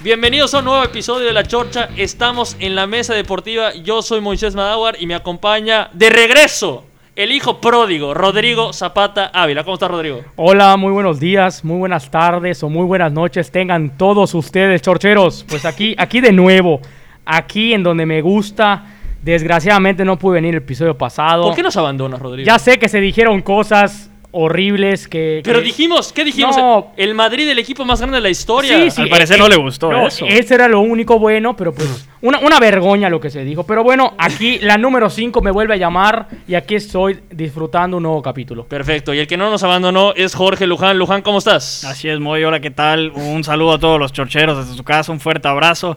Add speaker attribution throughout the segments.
Speaker 1: Bienvenidos a un nuevo episodio de La Chorcha. Estamos en la mesa deportiva. Yo soy Moisés Madaguar y me acompaña de regreso el hijo pródigo, Rodrigo Zapata Ávila. ¿Cómo está, Rodrigo?
Speaker 2: Hola, muy buenos días, muy buenas tardes o muy buenas noches. Tengan todos ustedes, chorcheros. Pues aquí, aquí de nuevo, aquí en donde me gusta. Desgraciadamente no pude venir el episodio pasado.
Speaker 1: ¿Por qué nos abandonas, Rodrigo?
Speaker 2: Ya sé que se dijeron cosas horribles que...
Speaker 1: Pero
Speaker 2: que-
Speaker 1: dijimos, ¿qué dijimos?
Speaker 2: No.
Speaker 1: El Madrid, el equipo más grande de la historia.
Speaker 2: Sí, sí.
Speaker 3: Al parecer
Speaker 2: eh,
Speaker 3: no le
Speaker 2: eh,
Speaker 3: gustó
Speaker 2: no,
Speaker 3: eso. Mm.
Speaker 2: Ese era lo único bueno, pero pues una, una vergüenza lo que se dijo. Pero bueno, aquí la número 5 me vuelve a llamar y aquí estoy disfrutando un nuevo capítulo.
Speaker 1: Perfecto. Y el que no nos abandonó es Jorge Luján. Luján, ¿cómo estás?
Speaker 2: Ah,
Speaker 3: Así es, Moy. Hola, ¿qué tal? Un saludo a todos los chorcheros desde su casa. Un fuerte abrazo.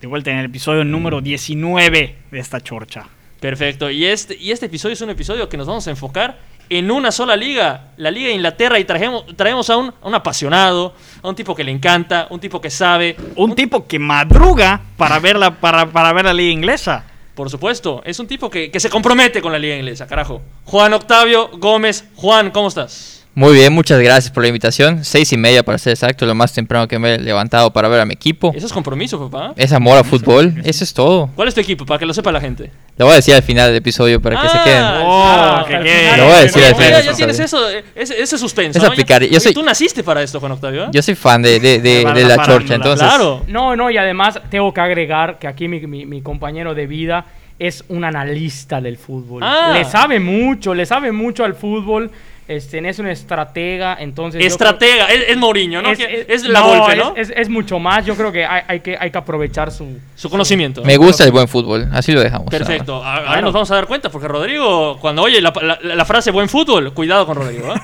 Speaker 3: De vuelta en el episodio número 19 de esta chorcha.
Speaker 1: Perfecto. Y este, y este episodio es un episodio que nos vamos a enfocar en una sola liga, la Liga de Inglaterra, y trajemos, traemos a un, a un apasionado, a un tipo que le encanta, un tipo que sabe.
Speaker 3: Un tipo que madruga para ver la, para, para ver la liga inglesa.
Speaker 1: Por supuesto, es un tipo que, que se compromete con la Liga Inglesa, carajo. Juan Octavio Gómez. Juan, ¿cómo estás?
Speaker 4: Muy bien, muchas gracias por la invitación. Seis y media para ser exacto, lo más temprano que me he levantado para ver a mi equipo.
Speaker 1: Eso es compromiso, papá.
Speaker 4: Es amor al fútbol, eso es todo.
Speaker 1: ¿Cuál es tu equipo? Para que lo sepa la gente.
Speaker 4: Lo voy a decir al final del episodio para que se
Speaker 1: Ah,
Speaker 4: queden.
Speaker 1: Ah,
Speaker 3: Oh, que
Speaker 2: al
Speaker 3: quede.
Speaker 2: final
Speaker 4: Lo voy a decir
Speaker 1: Bueno,
Speaker 4: al final
Speaker 1: ya,
Speaker 4: del
Speaker 1: ya tienes
Speaker 4: episodio.
Speaker 1: eso, eh, ese, ese suspenso.
Speaker 4: Eso
Speaker 1: ¿no? Ya-
Speaker 4: picaría. Yo
Speaker 1: oye,
Speaker 4: soy-
Speaker 1: Tú naciste para esto, Juan Octavio. ¿eh?
Speaker 4: Yo soy fan de, de, de- de la chorcha, entonces.
Speaker 1: Claro.
Speaker 2: No, no, y además tengo que agregar que aquí mi, mi- mi compañero de vida es un analista del fútbol.
Speaker 1: Ah.
Speaker 2: Le sabe mucho, le sabe mucho al fútbol. Este, es un estratega, entonces... yo creo-
Speaker 1: Estratega, es, es Mourinho, ¿no? Que- Es, la
Speaker 2: no,
Speaker 1: golpe,
Speaker 2: es-
Speaker 1: ¿no?
Speaker 2: Es, es mucho más, yo creo que hay, hay que hay que aprovechar su...
Speaker 1: Su conocimiento.
Speaker 4: Me gusta el buen fútbol, así lo dejamos.
Speaker 1: Perfecto. A- Ahora nos vamos a dar cuenta, porque Rodrigo, cuando oye la, la- la frase buen fútbol, cuidado con Rodrigo. ¿eh?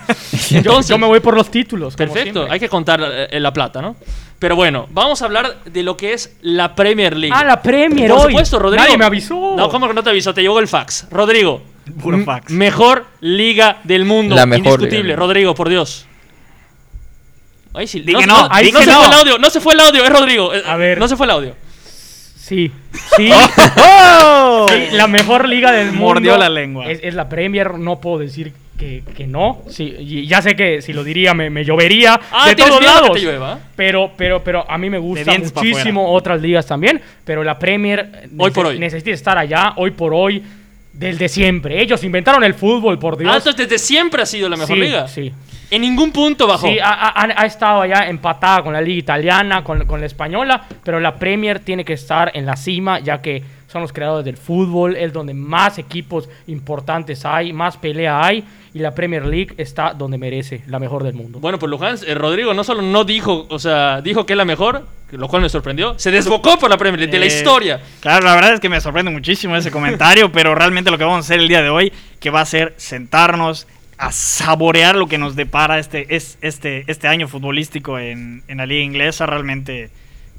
Speaker 2: Yo,
Speaker 1: Entonces,
Speaker 2: yo me voy por los títulos. como
Speaker 1: perfecto,
Speaker 2: siempre.
Speaker 1: hay que contar eh, la plata, ¿no? Pero bueno, vamos a hablar de lo que es la Premier League.
Speaker 2: Ah, la Premier
Speaker 1: Por
Speaker 2: hoy.
Speaker 1: supuesto, Rodrigo.
Speaker 2: Nadie me avisó.
Speaker 1: No, ¿cómo que no te avisó? Te llegó el fax. Rodrigo,
Speaker 3: Puro
Speaker 4: Mm,
Speaker 1: m-
Speaker 3: fax.
Speaker 1: mejor liga del mundo.
Speaker 4: La mejor
Speaker 1: Indiscutible,
Speaker 4: liga.
Speaker 1: Rodrigo, por Dios. Ay, sí,
Speaker 3: Di que
Speaker 1: no,
Speaker 3: no, di que
Speaker 1: se
Speaker 3: no.
Speaker 1: fue el audio, no se fue el audio, es Rodrigo. eh,
Speaker 2: A ver.
Speaker 1: No se fue el audio.
Speaker 2: Sí, sí.
Speaker 3: ¡Oh!
Speaker 2: Sí, Eh, la mejor liga del mundo.
Speaker 3: Mordió la lengua.
Speaker 2: Es, es la Premier, no puedo decir que, que no. Sí, y ya sé que si lo diría me, me llovería
Speaker 1: Ah,
Speaker 2: de
Speaker 1: tienes
Speaker 2: todos
Speaker 1: miedo que
Speaker 2: lados.
Speaker 1: te llueva.
Speaker 2: Pero, pero, pero a mí me gusta
Speaker 3: dientes pa'
Speaker 2: muchísimo otras ligas también. Pero la Premier
Speaker 1: Hoy
Speaker 2: nece-
Speaker 1: por hoy.
Speaker 2: necesita estar allá, hoy por hoy, desde siempre. Ellos inventaron el fútbol, por Dios.
Speaker 1: Ah, entonces desde siempre ha sido la mejor
Speaker 2: Sí,
Speaker 1: liga.
Speaker 2: sí.
Speaker 1: En ningún punto bajó.
Speaker 2: Sí, ah. ha, ha- ha- ha estado allá empatada con la liga italiana, con, con la española, pero la Premier tiene que estar en la cima, ya que son los creadores del fútbol, es donde más equipos importantes hay, más pelea hay, y la Premier League está donde merece, la mejor del mundo.
Speaker 1: Bueno, pues Luján, eh, Rodrigo no solo no dijo, o sea, dijo que es la mejor, lo cual me sorprendió, se desbocó por la Premier League, de la
Speaker 3: Eh,
Speaker 1: historia.
Speaker 3: Claro, la verdad es que me sorprende muchísimo ese comentario, pero realmente lo que vamos a hacer el día de hoy, que va a ser sentarnos a saborear lo que nos depara este, es, este, este año futbolístico en, en la liga inglesa, realmente...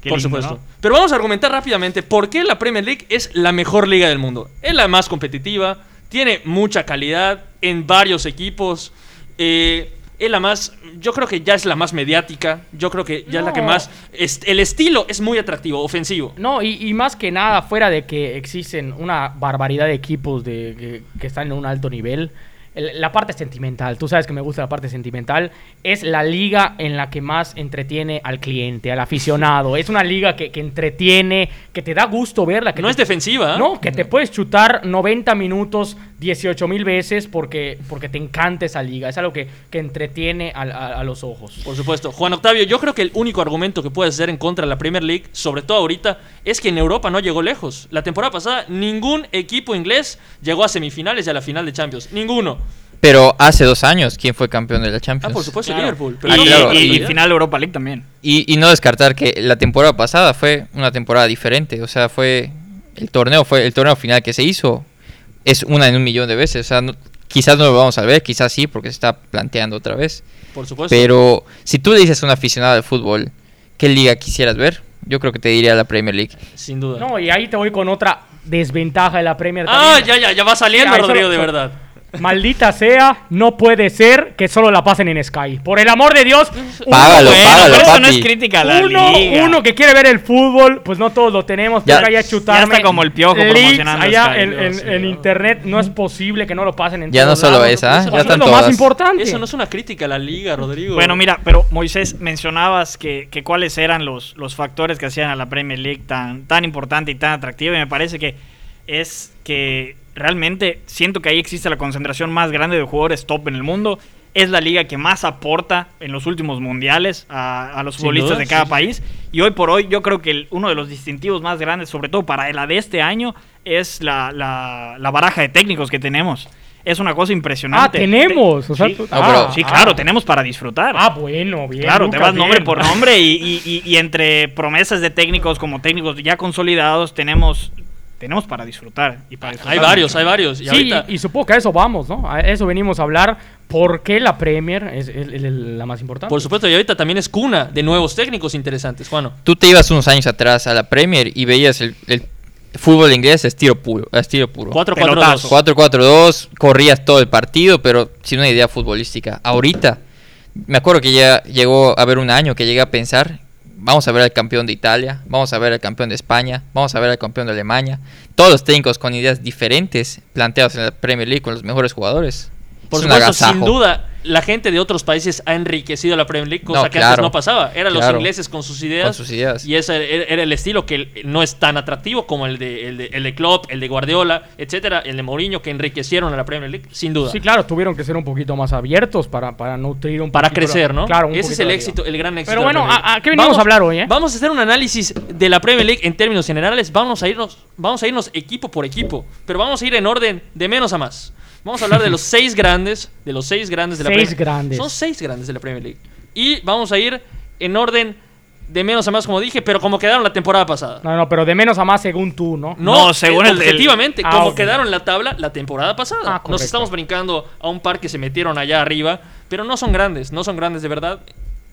Speaker 3: qué
Speaker 1: por
Speaker 3: lindo,
Speaker 1: supuesto.
Speaker 3: ¿no?
Speaker 1: Pero vamos a argumentar rápidamente por qué la Premier League es la mejor liga del mundo. Es la más competitiva, tiene mucha calidad en varios equipos. eh, es la más, yo creo que ya es la más mediática. Yo creo que ya es la que
Speaker 2: No.
Speaker 1: más. es- el estilo es muy atractivo, ofensivo.
Speaker 2: No, y, y más que nada, fuera de que existen una barbaridad de equipos de, que, que están en un alto nivel, el- la parte sentimental, tú sabes que me gusta la parte sentimental, es la liga en la que más entretiene al cliente, al aficionado. Es una liga que, que entretiene, que te da gusto verla. Que
Speaker 1: No
Speaker 2: te-
Speaker 1: es defensiva. ¿eh?
Speaker 2: No, que te puedes chutar 90 minutos 18 mil veces porque, porque te encanta esa liga. Es algo que, que entretiene al- a- a los ojos.
Speaker 1: Por supuesto. Juan Octavio, yo creo que el único argumento que puedes hacer en contra de la Premier League, sobre todo ahorita, es que en Europa no llegó lejos. La temporada pasada ningún equipo inglés llegó a semifinales y a la final de Champions. Ninguno.
Speaker 4: Pero hace dos años, ¿quién fue campeón de la Champions?
Speaker 1: Ah, por supuesto,
Speaker 3: Claro.
Speaker 1: Liverpool.
Speaker 3: Y-
Speaker 1: no
Speaker 3: y-
Speaker 1: fue
Speaker 4: claro,
Speaker 1: la
Speaker 3: y,
Speaker 1: realidad.
Speaker 3: final Europa League también.
Speaker 4: Y, y no descartar que la temporada pasada fue una temporada diferente. O sea, fue el torneo, fue el torneo final que se hizo. Es una en un millón de veces. O sea, no- quizás no lo vamos a ver, quizás sí, porque se está planteando otra vez.
Speaker 1: Por supuesto.
Speaker 4: Pero si tú le dices a un aficionado de fútbol qué liga quisieras ver, yo creo que te diría la Premier League.
Speaker 1: Sin duda.
Speaker 2: No, y ahí te voy con otra desventaja de la Premier.
Speaker 1: ah,
Speaker 2: también.
Speaker 1: ya, ya, ya va saliendo,
Speaker 2: Ya, eso
Speaker 1: Rodrigo,
Speaker 2: lo-
Speaker 1: de
Speaker 2: eso-
Speaker 1: verdad.
Speaker 2: Maldita sea, no puede ser que solo la pasen en Sky. Por el amor de Dios, uno-
Speaker 4: Págalo,
Speaker 3: Bueno,
Speaker 4: págalo,
Speaker 3: pero eso
Speaker 4: papi.
Speaker 3: no es crítica a la
Speaker 2: uno,
Speaker 3: liga.
Speaker 2: uno que quiere ver el fútbol, pues no todos lo tenemos.
Speaker 4: Ya-
Speaker 2: toca ya chutarme.
Speaker 3: ya está como el Piojo
Speaker 2: leaks
Speaker 3: promocionando
Speaker 2: allá
Speaker 3: Sky,
Speaker 2: en,
Speaker 3: Dios
Speaker 2: en- en
Speaker 3: mío.
Speaker 2: internet no es posible que no lo pasen en
Speaker 4: Ya no
Speaker 2: todos
Speaker 4: solo
Speaker 2: lados.
Speaker 4: esa,
Speaker 1: ¿eh?
Speaker 2: Eso
Speaker 1: Ya
Speaker 2: es
Speaker 1: están
Speaker 2: lo más
Speaker 4: todas.
Speaker 2: importante.
Speaker 1: Eso no es una crítica a la liga, Rodrigo.
Speaker 3: Bueno, mira, pero Moisés, mencionabas que, que cuáles eran los, los factores que hacían a la Premier League tan, tan importante y tan atractiva. Y me parece que es que realmente siento que ahí existe la concentración más grande de jugadores top en el mundo. Es la liga que más aporta en los últimos mundiales a, a los
Speaker 1: Sin
Speaker 3: futbolistas
Speaker 1: duda,
Speaker 3: de cada
Speaker 1: sí, sí.
Speaker 3: país. Y hoy por hoy yo creo que el- uno de los distintivos más grandes, sobre todo para la de este año, es la, la- la baraja de técnicos que tenemos. Es una cosa impresionante.
Speaker 2: Ah, tenemos, o sea,
Speaker 3: sí,
Speaker 2: tú-
Speaker 4: No, pero-
Speaker 3: sí,
Speaker 2: ah,
Speaker 3: claro,
Speaker 2: ah.
Speaker 3: tenemos para disfrutar.
Speaker 2: Ah, bueno, bien.
Speaker 3: Claro, te
Speaker 2: Lucas,
Speaker 3: vas nombre
Speaker 2: bien.
Speaker 3: por nombre y, y- y- y entre promesas de técnicos como técnicos ya consolidados tenemos tenemos para disfrutar. Y para disfrutar
Speaker 1: hay varios,
Speaker 3: mucho.
Speaker 1: hay varios. Y
Speaker 2: Sí,
Speaker 1: ahorita,
Speaker 2: y supongo que a eso vamos, ¿no? A eso venimos a hablar. ¿Por qué la Premier es, es- es la más importante?
Speaker 1: por supuesto, y ahorita también es cuna de nuevos técnicos interesantes, Juano.
Speaker 4: Tú te ibas unos años atrás a la Premier y veías el, el fútbol inglés a estilo puro. A estilo puro.
Speaker 1: 4-4-2.
Speaker 4: 4-4-2, corrías todo el partido, pero sin una idea futbolística. Ahorita, me acuerdo que ya llegó a haber un año que llegué a pensar, vamos a ver al campeón de Italia, vamos a ver al campeón de España, vamos a ver al campeón de Alemania. Todos los técnicos con ideas diferentes planteados en la Premier League con los mejores jugadores.
Speaker 1: Por
Speaker 4: Es un
Speaker 1: supuesto,
Speaker 4: agasajo.
Speaker 1: sin duda, la gente de otros países ha enriquecido la Premier League, cosa
Speaker 4: No,
Speaker 1: que antes
Speaker 4: claro.
Speaker 1: no pasaba. Eran los
Speaker 4: Claro.
Speaker 1: ingleses con sus ideas.
Speaker 4: Con sus ideas.
Speaker 1: Y ese era era el estilo que no es tan atractivo como el de, el de, el de Klopp, el de Guardiola, etcétera, el de Mourinho, que enriquecieron a la Premier League, sin duda.
Speaker 2: Sí, claro, tuvieron que ser un poquito más abiertos para, para nutrir un
Speaker 1: Para
Speaker 2: poquito la-
Speaker 1: crecer, ¿no?
Speaker 2: Claro, un
Speaker 1: Ese es
Speaker 2: poquito
Speaker 1: el
Speaker 2: la
Speaker 1: éxito,
Speaker 2: liga.
Speaker 1: el gran éxito.
Speaker 2: Pero
Speaker 1: de la
Speaker 2: bueno,
Speaker 1: Premier League.
Speaker 2: ¿a- a qué venimos a hablar hoy, eh?
Speaker 1: Vamos a hacer un análisis de la Premier League en términos generales. Vamos a irnos, vamos a irnos equipo por equipo, pero vamos a ir en orden de menos a más. Vamos a hablar de los seis grandes, de los seis grandes de la
Speaker 2: Seis
Speaker 1: Premier
Speaker 2: grandes.
Speaker 1: Son seis grandes de la Premier League. Y vamos a ir en orden de menos a más, como dije, pero como quedaron la temporada pasada.
Speaker 2: No, no, pero de menos a más según tú, ¿no?
Speaker 1: No,
Speaker 3: No, según
Speaker 1: eh,
Speaker 3: el- el-
Speaker 1: objetivamente,
Speaker 2: Ah,
Speaker 1: como
Speaker 2: ok.
Speaker 1: quedaron la tabla la temporada pasada.
Speaker 2: Ah,
Speaker 1: Nos
Speaker 2: correcto.
Speaker 1: estamos brincando a un par que se metieron allá arriba, pero no son grandes, no son grandes de verdad.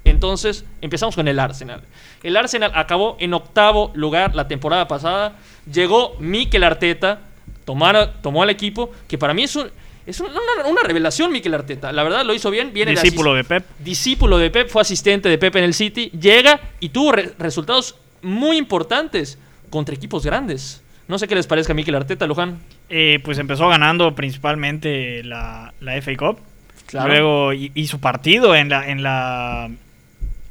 Speaker 1: Entonces, empezamos con el Arsenal. El Arsenal acabó en octavo lugar la temporada pasada. Llegó Mikel Arteta, tomar- tomó al equipo, que para mí es, un- es un- una, una revelación Mikel Arteta. La verdad, lo hizo bien. Viene de
Speaker 3: Discípulo
Speaker 1: asist-
Speaker 3: de Pep.
Speaker 1: discípulo de Pep, fue asistente de Pep en el City, llega y tuvo re- resultados muy importantes contra equipos grandes. No sé qué les parezca a Mikel Arteta, Luján.
Speaker 3: Eh, pues empezó ganando principalmente la, la FA Cup.
Speaker 1: Claro.
Speaker 3: Luego hi- hizo partido en la, en la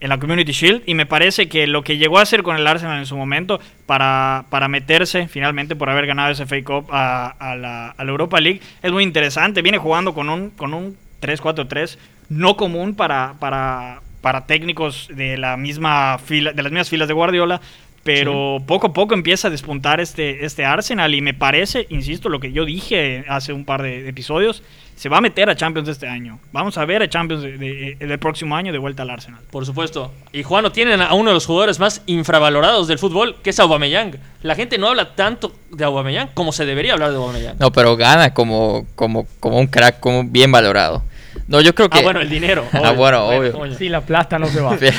Speaker 3: en la Community Shield y me parece que lo que llegó a hacer con el Arsenal en su momento para, para meterse finalmente por haber ganado ese FA Cup a, a la, a la Europa League es muy interesante. Viene jugando con un, con un 3-4-3 no común para, para, para técnicos de, la misma fila, de las mismas filas de Guardiola. Pero poco a poco empieza a despuntar este, este Arsenal y me parece, insisto, lo que yo dije hace un par de episodios, se va a meter a Champions este año. Vamos a ver a Champions de- de- del próximo año de vuelta al Arsenal.
Speaker 1: Por supuesto. Y Juano, tienen a uno de los jugadores más infravalorados del fútbol, que es Aubameyang. La gente no habla tanto de Aubameyang como se debería hablar de Aubameyang.
Speaker 4: No, pero gana como, como, como un crack, como bien valorado. No, yo creo que...
Speaker 1: Ah, bueno, el dinero.
Speaker 4: Ah,
Speaker 1: obvio.
Speaker 4: bueno, obvio.
Speaker 1: coño.
Speaker 2: Sí, la plata no se va.
Speaker 4: Pero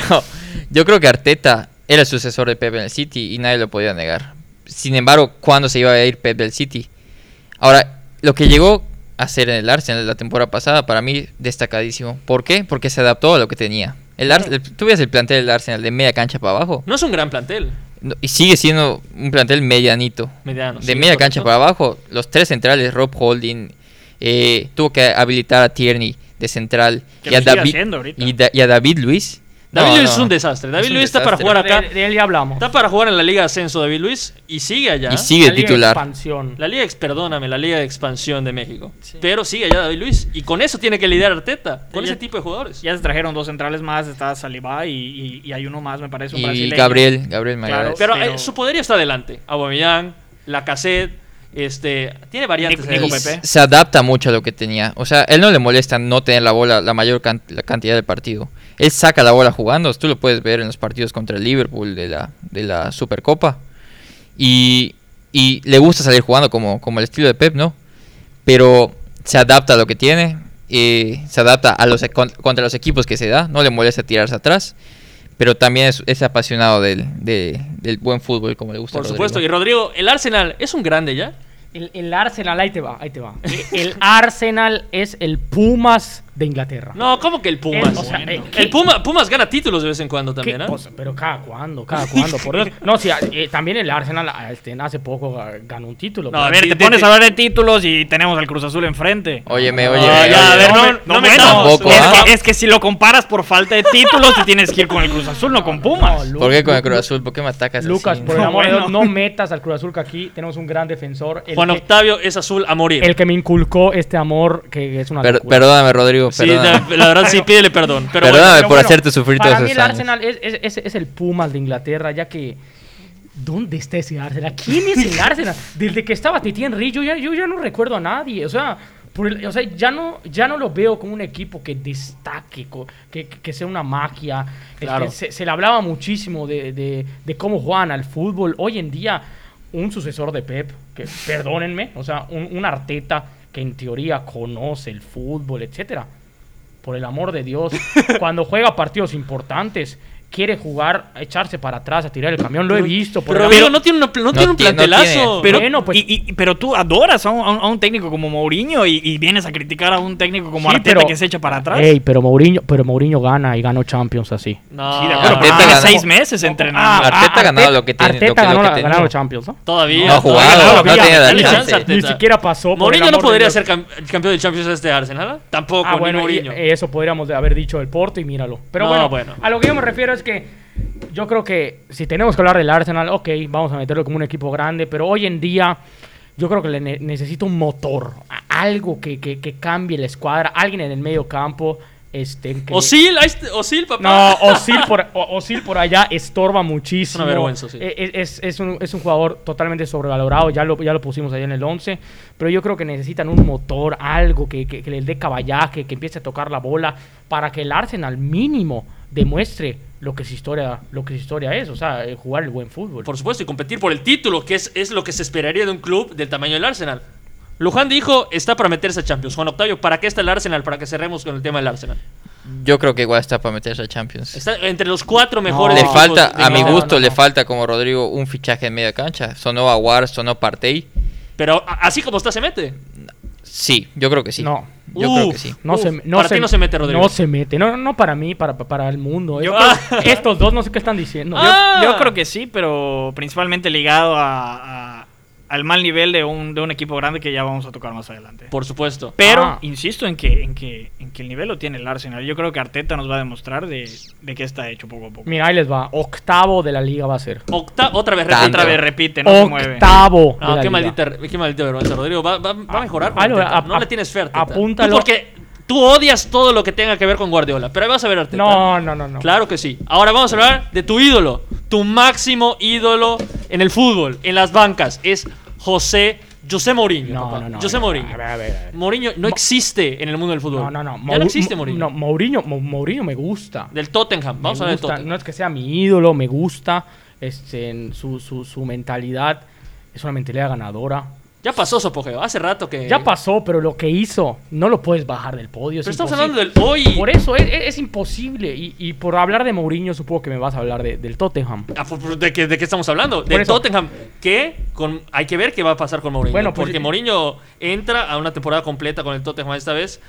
Speaker 4: yo creo que Arteta era el sucesor de Pep en el City y nadie lo podía negar. Sin embargo, ¿cuándo se iba a ir Pep del City? Ahora, lo que llegó a hacer en el Arsenal la temporada pasada, para mí, destacadísimo. ¿Por qué? Porque se adaptó a lo que tenía. El Ars- el- tú ves el plantel del Arsenal de media cancha para abajo
Speaker 1: No es un gran plantel.
Speaker 4: no- y sigue siendo un plantel medianito.
Speaker 1: Mediano, sí,
Speaker 4: de media
Speaker 1: correcto.
Speaker 4: cancha para abajo, los tres centrales, Rob Holding, eh, tuvo que habilitar a Tierney de central
Speaker 3: Que
Speaker 4: y a,
Speaker 3: lo sigue
Speaker 4: David,
Speaker 3: haciendo ahorita.
Speaker 4: y, da- y a David Luis.
Speaker 1: David
Speaker 4: No,
Speaker 1: Luis
Speaker 4: no.
Speaker 1: es un desastre. David
Speaker 4: Es un
Speaker 1: Luis está para
Speaker 4: desastre.
Speaker 1: jugar acá.
Speaker 2: De, de él ya hablamos.
Speaker 1: Está para jugar en la Liga de Ascenso, David Luis, y sigue allá.
Speaker 4: Y sigue
Speaker 2: La
Speaker 4: el
Speaker 2: liga de
Speaker 4: titular.
Speaker 2: Expansión.
Speaker 1: La Liga, ex, perdóname, la Liga de Expansión de México. Pero sigue allá David Luis. Y con eso tiene que lidiar Arteta. Con
Speaker 3: Ya-
Speaker 1: ese tipo de jugadores.
Speaker 3: Ya se trajeron dos centrales más, está Saliba y, y- y hay uno más, me parece, un
Speaker 4: Y
Speaker 3: brasileño.
Speaker 4: Gabriel, Gabriel Magallanes.
Speaker 1: pero, eh,
Speaker 3: pero-
Speaker 1: su poderío está adelante. Aubameyang, Lacazette, este... Tiene variantes.
Speaker 3: Nico- Nico
Speaker 1: ahí.
Speaker 4: Y
Speaker 3: Pepe.
Speaker 4: Pues, se adapta mucho a lo que tenía. O sea, él no le molesta no tener la bola la mayor can- la cantidad del partido. Él saca la bola jugando. Tú lo puedes ver en los partidos contra el Liverpool de la, de la Supercopa. Y, y le gusta salir jugando como, como el estilo de Pep, ¿no? Pero se adapta a lo que tiene. eh, se adapta a los, con- contra los equipos que se da. No le molesta tirarse atrás. Pero también es, es apasionado del, de- del buen fútbol, como le gusta a
Speaker 1: Por
Speaker 4: Rodrigo.
Speaker 1: supuesto. Y Rodrigo, el Arsenal es un grande ya.
Speaker 2: El, el Arsenal, ahí te va, ahí te va. E, El Arsenal es el Pumas de Inglaterra.
Speaker 1: No, ¿cómo que el Pumas?
Speaker 2: El- o sea, eh, ¿qué-
Speaker 1: el Puma- Pumas gana títulos de vez en cuando
Speaker 2: qué Pues,
Speaker 1: también, ¿eh?
Speaker 2: cosa? Pero cada cuándo, cada cuándo, por Dios. No, sí, eh, también el Arsenal eh, este, hace poco eh, ganó un título.
Speaker 1: No,
Speaker 3: A
Speaker 2: pero-
Speaker 3: ver,
Speaker 1: De-
Speaker 3: te
Speaker 1: de-
Speaker 3: pones
Speaker 1: de-
Speaker 3: a hablar de títulos y tenemos al Cruz Azul enfrente.
Speaker 4: Óyeme,
Speaker 1: No,
Speaker 4: oye.
Speaker 1: Ah, ya,
Speaker 4: oye.
Speaker 1: a ver, no, no,
Speaker 3: No,
Speaker 1: metamos.
Speaker 4: tampoco,
Speaker 1: Es
Speaker 4: ¿ah?
Speaker 1: que-
Speaker 3: Es, que, es que si lo comparas por falta de títulos, te tienes que ir con el Cruz Azul, no con Pumas.
Speaker 2: no, Lu-
Speaker 4: ¿Por qué con el
Speaker 2: Lu-
Speaker 4: Cruz Azul? ¿Por qué me atacas
Speaker 2: Lucas,
Speaker 4: así?
Speaker 2: por el amor de
Speaker 3: Bueno.
Speaker 2: Dios, no metas al Cruz Azul que aquí tenemos un gran defensor. El,
Speaker 1: Juan
Speaker 2: que,
Speaker 1: Octavio es azul a morir.
Speaker 2: el que me inculcó este amor que es una
Speaker 4: Per-
Speaker 2: locura.
Speaker 4: perdóname, Rodrigo,
Speaker 1: sí,
Speaker 4: perdóname.
Speaker 1: la, la verdad sí, pídele perdón. Pero bueno,
Speaker 4: Perdóname
Speaker 2: Pero
Speaker 4: por
Speaker 2: bueno,
Speaker 4: hacerte sufrir todos
Speaker 2: Para mí
Speaker 4: esos
Speaker 2: el
Speaker 4: años.
Speaker 2: Arsenal es, es- es- es el Pumas de Inglaterra, ya que... ¿Dónde está ese Arsenal? ¿Quién es el Arsenal? Desde que estaba Titi Henry, yo ya, yo ya no recuerdo a nadie. O sea, por el- o sea ya, no, ya no lo veo como un equipo que destaque, co- que, que- que sea una magia. Este,
Speaker 1: Claro.
Speaker 2: se, se le hablaba muchísimo de, de- de cómo juegan al fútbol. Hoy en día, un sucesor de Pep, que perdónenme, o sea, un, un Arteta que en teoría conoce el fútbol, etcétera por el amor de Dios, cuando juega partidos importantes, quiere jugar, a echarse para atrás, a tirar el camión. Lo he visto. Por el
Speaker 1: Rodrigo
Speaker 2: amor-
Speaker 1: no tiene, una- no tiene un
Speaker 4: tiene- no
Speaker 1: plantelazo.
Speaker 3: Pero,
Speaker 2: Bueno, pues-
Speaker 3: y- y- pero tú adoras a un, a un- a un técnico como Mourinho y, y vienes a criticar a un técnico como
Speaker 2: Sí,
Speaker 3: Arteta
Speaker 2: pero-
Speaker 3: que se echa para atrás.
Speaker 2: Ey, pero Mourinho, pero Mourinho gana y ganó Champions así.
Speaker 1: No,
Speaker 3: Sí,
Speaker 2: ah,
Speaker 3: de acuerdo,
Speaker 4: Arteta
Speaker 3: pero lleva
Speaker 4: ganó.
Speaker 3: seis meses entrenando.
Speaker 4: Arteta ganaba lo que tiene- lo
Speaker 2: Arteta
Speaker 4: que- lo
Speaker 2: ganó,
Speaker 4: que
Speaker 2: la-
Speaker 4: tenía.
Speaker 2: ganaron Champions, ¿no?
Speaker 1: todavía.
Speaker 4: No ha jugado,
Speaker 1: todavía
Speaker 4: no
Speaker 1: todavía,
Speaker 4: tiene la
Speaker 1: dale
Speaker 4: chance.
Speaker 1: chance, Arteta.
Speaker 2: Ni siquiera pasó. por el
Speaker 1: Mourinho no
Speaker 2: amor de
Speaker 1: podría
Speaker 2: Dios.
Speaker 1: ser cam- el campeón de Champions este Arsenal. ¿eh? Tampoco,
Speaker 2: Ah,
Speaker 1: ni
Speaker 2: bueno, y-
Speaker 1: Mourinho.
Speaker 2: y eso podríamos de haber dicho el Porto y míralo. Pero
Speaker 1: No,
Speaker 2: bueno,
Speaker 1: bueno.
Speaker 2: a lo que yo me refiero es que yo creo que si tenemos que hablar del Arsenal, ok, vamos a meterlo como un equipo grande, pero hoy en día yo creo que le ne- necesita un motor, a- algo que, que- que cambie la escuadra, alguien en el medio campo. Este, que-
Speaker 1: Osil, ahí está- Osil, papá.
Speaker 2: No, oh. Osil por, o- Ozil por allá estorba muchísimo.
Speaker 1: Es una vergüenza, sí.
Speaker 2: Eh, eh, Es, es un, es un jugador totalmente sobrevalorado, ya lo, ya lo pusimos ahí en el 11, pero yo creo que necesitan un motor, algo que, que, que les dé caballaje, que empiece a tocar la bola, para que el Arsenal mínimo demuestre lo que su historia, lo que su historia es, o sea, eh, jugar el buen fútbol.
Speaker 1: Por supuesto, y competir por el título, que es, es lo que se esperaría de un club del tamaño del Arsenal. Luján dijo, está para meterse a Champions. Juan Octavio, ¿para qué está el Arsenal? Para que cerremos con el tema del Arsenal.
Speaker 4: Yo creo que igual está para meterse a Champions.
Speaker 1: Está entre los cuatro mejores
Speaker 4: le
Speaker 2: No,
Speaker 1: equipos
Speaker 4: falta,
Speaker 1: de
Speaker 4: a mi
Speaker 1: Inglaterra.
Speaker 4: gusto,
Speaker 2: no,
Speaker 4: le
Speaker 2: no.
Speaker 4: falta como Rodrigo un fichaje en media cancha. Sonó Aguar, sonó Partey.
Speaker 1: Pero a- así como está, se mete.
Speaker 4: Sí, yo creo que sí.
Speaker 2: No.
Speaker 4: Yo
Speaker 1: Uf.
Speaker 4: creo que sí.
Speaker 2: No
Speaker 1: Uf,
Speaker 2: se, no
Speaker 1: para ti no se mete, Rodrigo.
Speaker 2: No se mete, no, no para mí, para, para el mundo.
Speaker 1: Yo-
Speaker 2: Estos, estos dos no sé qué están diciendo.
Speaker 1: Ah,
Speaker 3: Yo creo que sí, pero principalmente ligado a- a- al mal nivel de un, de un equipo grande que ya vamos a tocar más adelante.
Speaker 1: Por supuesto.
Speaker 3: Pero
Speaker 2: Ah.
Speaker 3: insisto en que, en, que, en que el nivel lo tiene el Arsenal. Yo creo que Arteta nos va a demostrar de, de qué está hecho poco a poco.
Speaker 2: Mira, ahí les va. Octavo de la liga va a ser.
Speaker 1: Octa- otra vez
Speaker 4: Tanto.
Speaker 1: repite.
Speaker 3: Otra vez repite,
Speaker 2: Este
Speaker 3: no se mueve.
Speaker 2: Octavo.
Speaker 1: No,
Speaker 2: de la
Speaker 1: Ah, qué
Speaker 2: liga.
Speaker 1: maldita, re- qué maldita vergüenza, Rodrigo. Va, va- va a mejorar. con
Speaker 2: Ah, lo-
Speaker 1: Arteta.
Speaker 2: a-
Speaker 1: no le
Speaker 2: a-
Speaker 1: tienes fe, Arteta.
Speaker 2: apúntalo.
Speaker 1: Tú porque tú odias todo lo que tenga que ver con Guardiola. Pero ahí vas a ver, Arteta.
Speaker 2: No, no, no, no.
Speaker 1: Claro que sí. Ahora vamos a hablar de tu ídolo. Tu máximo ídolo en el fútbol, en las bancas. Es José, José Mourinho.
Speaker 2: No,
Speaker 1: papá.
Speaker 2: no, no,
Speaker 1: José
Speaker 2: no.
Speaker 1: Mourinho.
Speaker 2: A ver, a ver, a ver.
Speaker 1: Mourinho no existe en el mundo del fútbol.
Speaker 2: No, no, no.
Speaker 1: Ya
Speaker 2: Mour-
Speaker 1: no existe
Speaker 2: Mo-
Speaker 1: Mourinho.
Speaker 2: No, Mourinho, Mo- Mourinho me gusta. Me
Speaker 1: Del Tottenham. Vamos a ver del
Speaker 2: gusta.
Speaker 1: Tottenham.
Speaker 2: No es que sea mi ídolo, me gusta. Este, en su, su, su mentalidad es una mentalidad ganadora.
Speaker 1: Ya pasó su apogeo. Hace rato que.
Speaker 2: Ya pasó, pero lo que hizo no lo puedes bajar del podio. es
Speaker 1: Pero estamos hablando
Speaker 2: imposible.
Speaker 1: del hoy.
Speaker 2: pues, Por eso es, es- es imposible. Y, y por hablar de Mourinho, supongo que me vas a hablar de- del Tottenham.
Speaker 1: Ah, fu- fu- ¿De qué, de qué estamos hablando? De
Speaker 2: eso.
Speaker 1: Tottenham. Que con, hay que ver qué va a pasar con Mourinho.
Speaker 2: Bueno, pues-
Speaker 1: porque Mourinho entra a una temporada completa con el Tottenham esta vez.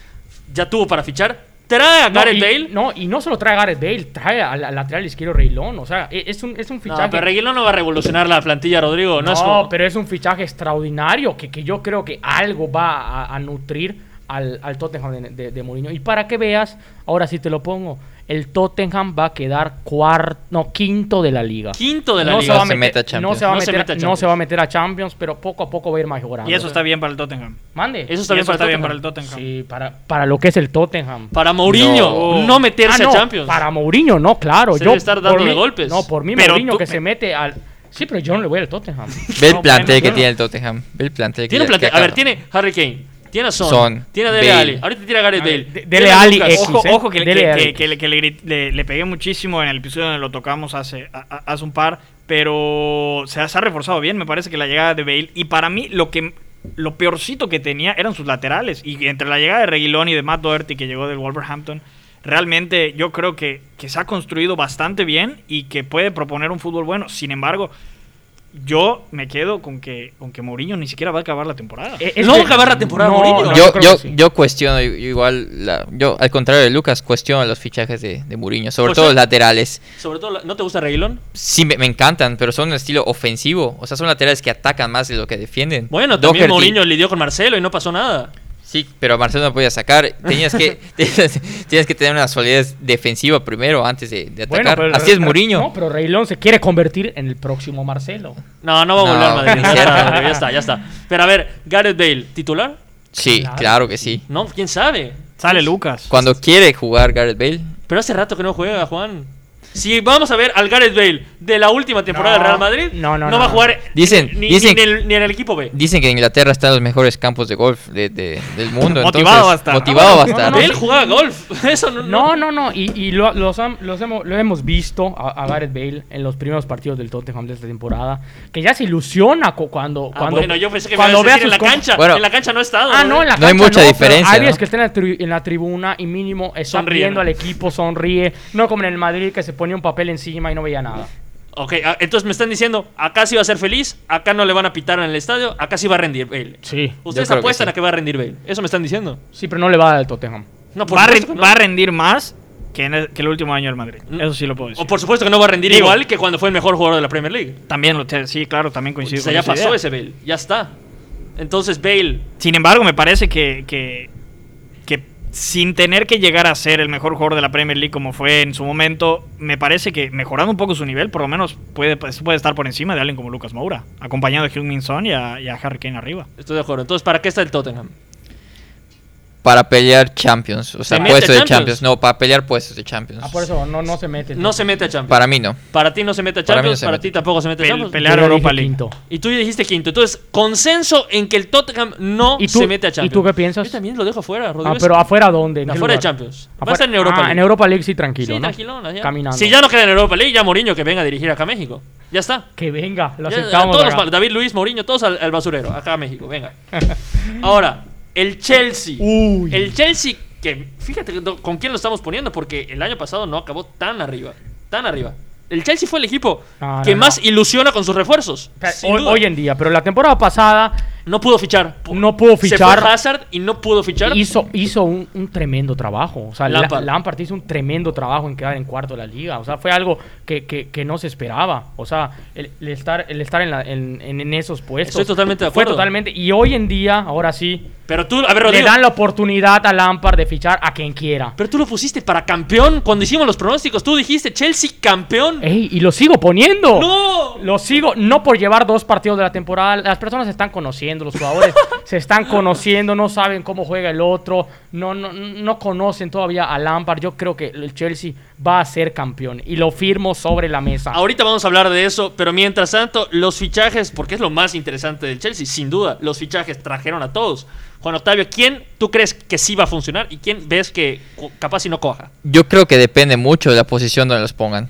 Speaker 1: Ya tuvo para fichar. Trae a Gareth
Speaker 2: y,
Speaker 1: Bale.
Speaker 2: No, y no solo trae a Gareth Bale, trae al, al lateral izquierdo Reilón. O sea, e- es un, es un
Speaker 1: No,
Speaker 2: fichaje.
Speaker 1: pero Reguilón no va a revolucionar la plantilla, Rodrigo. No,
Speaker 2: No,
Speaker 1: es como-
Speaker 2: pero es un fichaje extraordinario que, que yo creo que algo va a, a nutrir al, al Tottenham de, de, de Mourinho. Y para que veas, ahora sí te lo pongo, el Tottenham va a quedar cuarto, no, quinto de la liga.
Speaker 1: Quinto de la
Speaker 2: no
Speaker 1: liga.
Speaker 2: Se va a
Speaker 4: No se
Speaker 2: meter,
Speaker 4: mete a Champions.
Speaker 2: no se va a
Speaker 1: No se
Speaker 2: meter,
Speaker 1: mete a
Speaker 2: no se
Speaker 1: Champions.
Speaker 2: va a meter a Champions, pero poco a poco va a ir mejorando.
Speaker 3: Y eso está bien para el Tottenham.
Speaker 2: Mande.
Speaker 1: Eso está
Speaker 3: Y
Speaker 1: bien
Speaker 3: eso
Speaker 1: para
Speaker 3: está
Speaker 1: el
Speaker 3: bien para
Speaker 1: Tottenham.
Speaker 3: el Tottenham.
Speaker 2: Sí, para, para lo que es el Tottenham.
Speaker 1: Para Mourinho no,
Speaker 4: No.
Speaker 1: meterse
Speaker 2: Ah, no,
Speaker 1: a Champions.
Speaker 2: Para Mourinho, no, claro.
Speaker 1: Se
Speaker 2: yo
Speaker 1: debe estar
Speaker 2: por
Speaker 1: dándole
Speaker 2: mí-
Speaker 1: golpes.
Speaker 2: No, por mí
Speaker 3: Pero
Speaker 2: Mourinho
Speaker 3: tú
Speaker 2: que
Speaker 3: me-
Speaker 2: se mete al... Sí, pero yo no le voy al Tottenham.
Speaker 4: Ve el
Speaker 3: No, bueno,
Speaker 4: plantel que
Speaker 3: bueno.
Speaker 4: tiene el Tottenham. Ve el plantel que
Speaker 1: Tiene un
Speaker 4: que
Speaker 1: plantel. A
Speaker 4: acaba.
Speaker 1: ver, tiene Harry Kane. Tiene a Son.
Speaker 4: Son,
Speaker 1: tiene a Dele
Speaker 4: Bale.
Speaker 1: Alli. Ahorita tiene a Gareth
Speaker 2: A
Speaker 1: Bale.
Speaker 2: ver, De- Dele Alli,
Speaker 1: Lucas.
Speaker 2: ex.
Speaker 3: Ojo,
Speaker 2: ¿eh?
Speaker 3: ojo, que,
Speaker 2: Dele
Speaker 3: que-
Speaker 2: Alli.
Speaker 3: que- que le, que le grit- le- le pegué muchísimo en el episodio donde lo tocamos hace, a- a- hace un par, pero se ha, se ha reforzado bien, me parece que la llegada de Bale. Y para mí, lo que lo peorcito que tenía eran sus laterales. Y entre la llegada de Reguilón y de Matt Doherty, que llegó del Wolverhampton, realmente yo creo que, que se ha construido bastante bien y que puede proponer un fútbol bueno. Sin embargo, yo me quedo con que, con que Mourinho ni siquiera va a acabar la temporada.
Speaker 2: Eh,
Speaker 1: No va a acabar la temporada Mourinho. No,
Speaker 4: yo,
Speaker 2: creo
Speaker 4: yo,
Speaker 2: que sí.
Speaker 4: yo cuestiono yo- yo igual, la- yo al contrario de Lucas, cuestiono los fichajes de, de Mourinho, sobre
Speaker 1: O
Speaker 4: todo
Speaker 1: sea-
Speaker 4: los laterales.
Speaker 1: Sobre todo, la- ¿no te gusta Reguilón?
Speaker 4: Sí, me, me encantan, pero son un estilo ofensivo. O sea, son laterales que atacan más de lo que defienden.
Speaker 1: Bueno, también
Speaker 4: Doherty-
Speaker 1: Mourinho lidió con Marcelo y no pasó nada.
Speaker 4: Sí, pero a Marcelo no podía sacar. Tenías que, tenías, tenías que tener una solidez defensiva primero antes de, de
Speaker 2: Bueno,
Speaker 4: atacar.
Speaker 2: pero-
Speaker 4: Así es Mourinho.
Speaker 2: No, pero Reilón se quiere convertir en el próximo Marcelo.
Speaker 1: No, no va a
Speaker 4: No,
Speaker 1: volver a Madrid. Ya
Speaker 4: ni cerca.
Speaker 1: está, Rodrigo, ya está, ya está. Pero a ver, Gareth Bale, ¿titular?
Speaker 4: sí,
Speaker 2: Claro.
Speaker 4: claro. que sí.
Speaker 1: No, quién sabe.
Speaker 2: pues,
Speaker 3: Sale Lucas.
Speaker 4: Cuando quiere jugar Gareth Bale,
Speaker 1: Pero hace rato que no juega, Juan. Si vamos a ver al Gareth Bale de la última temporada
Speaker 2: No,
Speaker 1: del Real Madrid,
Speaker 2: no, no,
Speaker 1: va a
Speaker 2: no.
Speaker 1: jugar
Speaker 4: Dicen-
Speaker 1: ni,
Speaker 4: dicen-
Speaker 1: ni en el, ni en el equipo B.
Speaker 4: dicen que en Inglaterra están los mejores campos de golf de- de- del mundo.
Speaker 3: Motivado va a
Speaker 4: entonces,
Speaker 3: estar.
Speaker 4: Motivado va a
Speaker 2: No,
Speaker 4: estar.
Speaker 2: no,
Speaker 1: Bale jugaba golf. Eso no.
Speaker 2: No, no, no. Y, y lo, los han- los hemos, lo hemos visto a, a Gareth Bale en los primeros partidos del Tottenham de esta temporada. Que ya se ilusiona cu- cuando.
Speaker 1: Ah,
Speaker 2: cuando
Speaker 1: bueno, yo pensé que me
Speaker 2: cuando
Speaker 1: ibas a
Speaker 2: ve a
Speaker 1: decir en la
Speaker 2: sus comp-
Speaker 1: cancha.
Speaker 4: Bueno.
Speaker 1: en la cancha no ha estado. ¿eh?
Speaker 2: Ah, no, en la
Speaker 4: No hay
Speaker 2: cancha
Speaker 4: mucha
Speaker 2: pero
Speaker 4: diferencia,
Speaker 2: Hay
Speaker 4: ¿no?
Speaker 2: veces que está en la, tri- en la tribuna y mínimo está
Speaker 1: Sonríe,
Speaker 2: viendo
Speaker 1: ¿no?
Speaker 2: al equipo, sonríe. No como en el Madrid que se ponía un papel encima y no veía nada.
Speaker 1: Ok, ah, entonces me están diciendo, acá sí va a ser feliz, acá no le van a pitar en el estadio, acá sí va a rendir Bale.
Speaker 2: Sí.
Speaker 1: Ustedes
Speaker 4: creo que
Speaker 1: apuestan
Speaker 4: sí.
Speaker 1: a que va a rendir Bale. Eso me están diciendo.
Speaker 2: Sí, pero no le va al Tottenham.
Speaker 1: No,
Speaker 3: va, a
Speaker 1: supuesto
Speaker 3: ren-
Speaker 1: que no. Mm.
Speaker 3: va a rendir más que, en el, que el último año del Madrid. Eso sí lo puedo decir.
Speaker 1: O por supuesto que no va a rendir
Speaker 3: Digo-
Speaker 1: igual que cuando fue el mejor jugador de la Premier League.
Speaker 3: También lo te- sí, claro,
Speaker 1: O
Speaker 3: también coincido
Speaker 1: sea,
Speaker 3: con
Speaker 1: ya
Speaker 3: esa
Speaker 1: pasó
Speaker 3: idea.
Speaker 1: ese Bale, ya está. Entonces Bale,
Speaker 3: Sin embargo, me parece que, que, que sin tener que llegar a ser el mejor jugador de la Premier League como fue en su momento, me parece que mejorando un poco su nivel, por lo menos puede, pues, puede estar por encima de alguien como Lucas Moura, acompañado de Hugh Minson y a, y a Harry Kane arriba.
Speaker 1: estoy de acuerdo. Entonces, ¿para qué está el Tottenham?
Speaker 4: Para pelear Champions. O sea,
Speaker 1: ¿Se mete
Speaker 4: puestos de
Speaker 1: Champions?
Speaker 4: Champions. No, para pelear puestos de Champions.
Speaker 2: Ah, por eso no, no se mete.
Speaker 1: No se mete a Champions.
Speaker 4: Para mí no.
Speaker 1: Para ti no se mete a
Speaker 4: Para mí no
Speaker 1: Champions,
Speaker 4: se
Speaker 1: para
Speaker 4: mete.
Speaker 1: ti tampoco se mete a
Speaker 3: Pel-
Speaker 1: Champions.
Speaker 3: pelea
Speaker 2: Yo ya
Speaker 3: Europa
Speaker 2: dije
Speaker 3: League.
Speaker 2: quinto.
Speaker 1: Y tú ya dijiste quinto. Entonces, consenso en que el Tottenham no
Speaker 2: ¿Y tú-
Speaker 1: se mete a
Speaker 2: y
Speaker 1: Champions.
Speaker 2: tú qué piensas?
Speaker 1: Yo también lo dejo afuera, Rodrigo.
Speaker 2: Ah, pero afuera dónde? ¿En qué
Speaker 1: Afuera de
Speaker 2: lugar?
Speaker 1: Champions. Va a
Speaker 2: Afuera-
Speaker 1: estar en Europa
Speaker 2: Ah,
Speaker 1: League.
Speaker 2: en Europa League sí, tranquilo.
Speaker 1: Sí,
Speaker 2: ¿no?
Speaker 1: tranquilona, ya.
Speaker 2: Caminando.
Speaker 1: Si ya no queda en Europa League, ya Mourinho que venga a dirigir acá a México. Ya está.
Speaker 2: Que venga, lo
Speaker 1: Ya,
Speaker 2: aceptamos.
Speaker 1: todos los
Speaker 2: acá.
Speaker 1: pa- David Luis, Mourinho, todos al, al basurero. Acá a México, venga. Ahora, el Chelsea.
Speaker 2: Uy.
Speaker 1: El Chelsea, que fíjate que do- con quién lo estamos poniendo, porque el año pasado no acabó tan arriba. Tan arriba. El Chelsea fue el equipo
Speaker 2: No,
Speaker 1: que
Speaker 2: no,
Speaker 1: más
Speaker 2: no.
Speaker 1: ilusiona con sus refuerzos.
Speaker 2: O sea,
Speaker 1: sin
Speaker 2: hoy,
Speaker 1: duda.
Speaker 2: hoy en día, pero la temporada pasada
Speaker 1: No pudo fichar. Po-
Speaker 2: No pudo
Speaker 1: Se
Speaker 2: fichar.
Speaker 1: fue Hazard y no pudo fichar.
Speaker 2: hizo, hizo un, un tremendo trabajo. O sea, la-
Speaker 1: Lampard.
Speaker 2: Lampard. hizo un tremendo trabajo en quedar en cuarto de la liga. O sea, fue algo que, que- que no se esperaba. O sea, el, el estar, el estar en, la- en- en- en esos puestos.
Speaker 1: Estoy totalmente de
Speaker 2: Fue
Speaker 1: acuerdo.
Speaker 2: totalmente. Y hoy en día, ahora sí,
Speaker 1: Pero tú, a ver,
Speaker 2: le
Speaker 1: Rodrigo.
Speaker 2: dan la oportunidad a Lampard de fichar a quien quiera.
Speaker 1: Pero tú lo pusiste para campeón cuando hicimos los pronósticos. Tú dijiste Chelsea campeón.
Speaker 2: Ey, y lo sigo poniendo.
Speaker 1: ¡No!
Speaker 2: Lo sigo, no por llevar dos partidos de la temporada. Las personas se están conociendo, los jugadores se están conociendo, no saben cómo juega el otro, no, no, no conocen todavía a Lampard. Yo creo que el Chelsea va a ser campeón y lo firmo sobre la mesa.
Speaker 1: Ahorita vamos a hablar de eso, pero mientras tanto, los fichajes, porque es lo más interesante del Chelsea, sin duda, los fichajes trajeron a todos. Juan Octavio, ¿quién tú crees que sí va a funcionar y quién ves que co- capaz si no coja?
Speaker 4: Yo creo que depende mucho de la posición donde los pongan.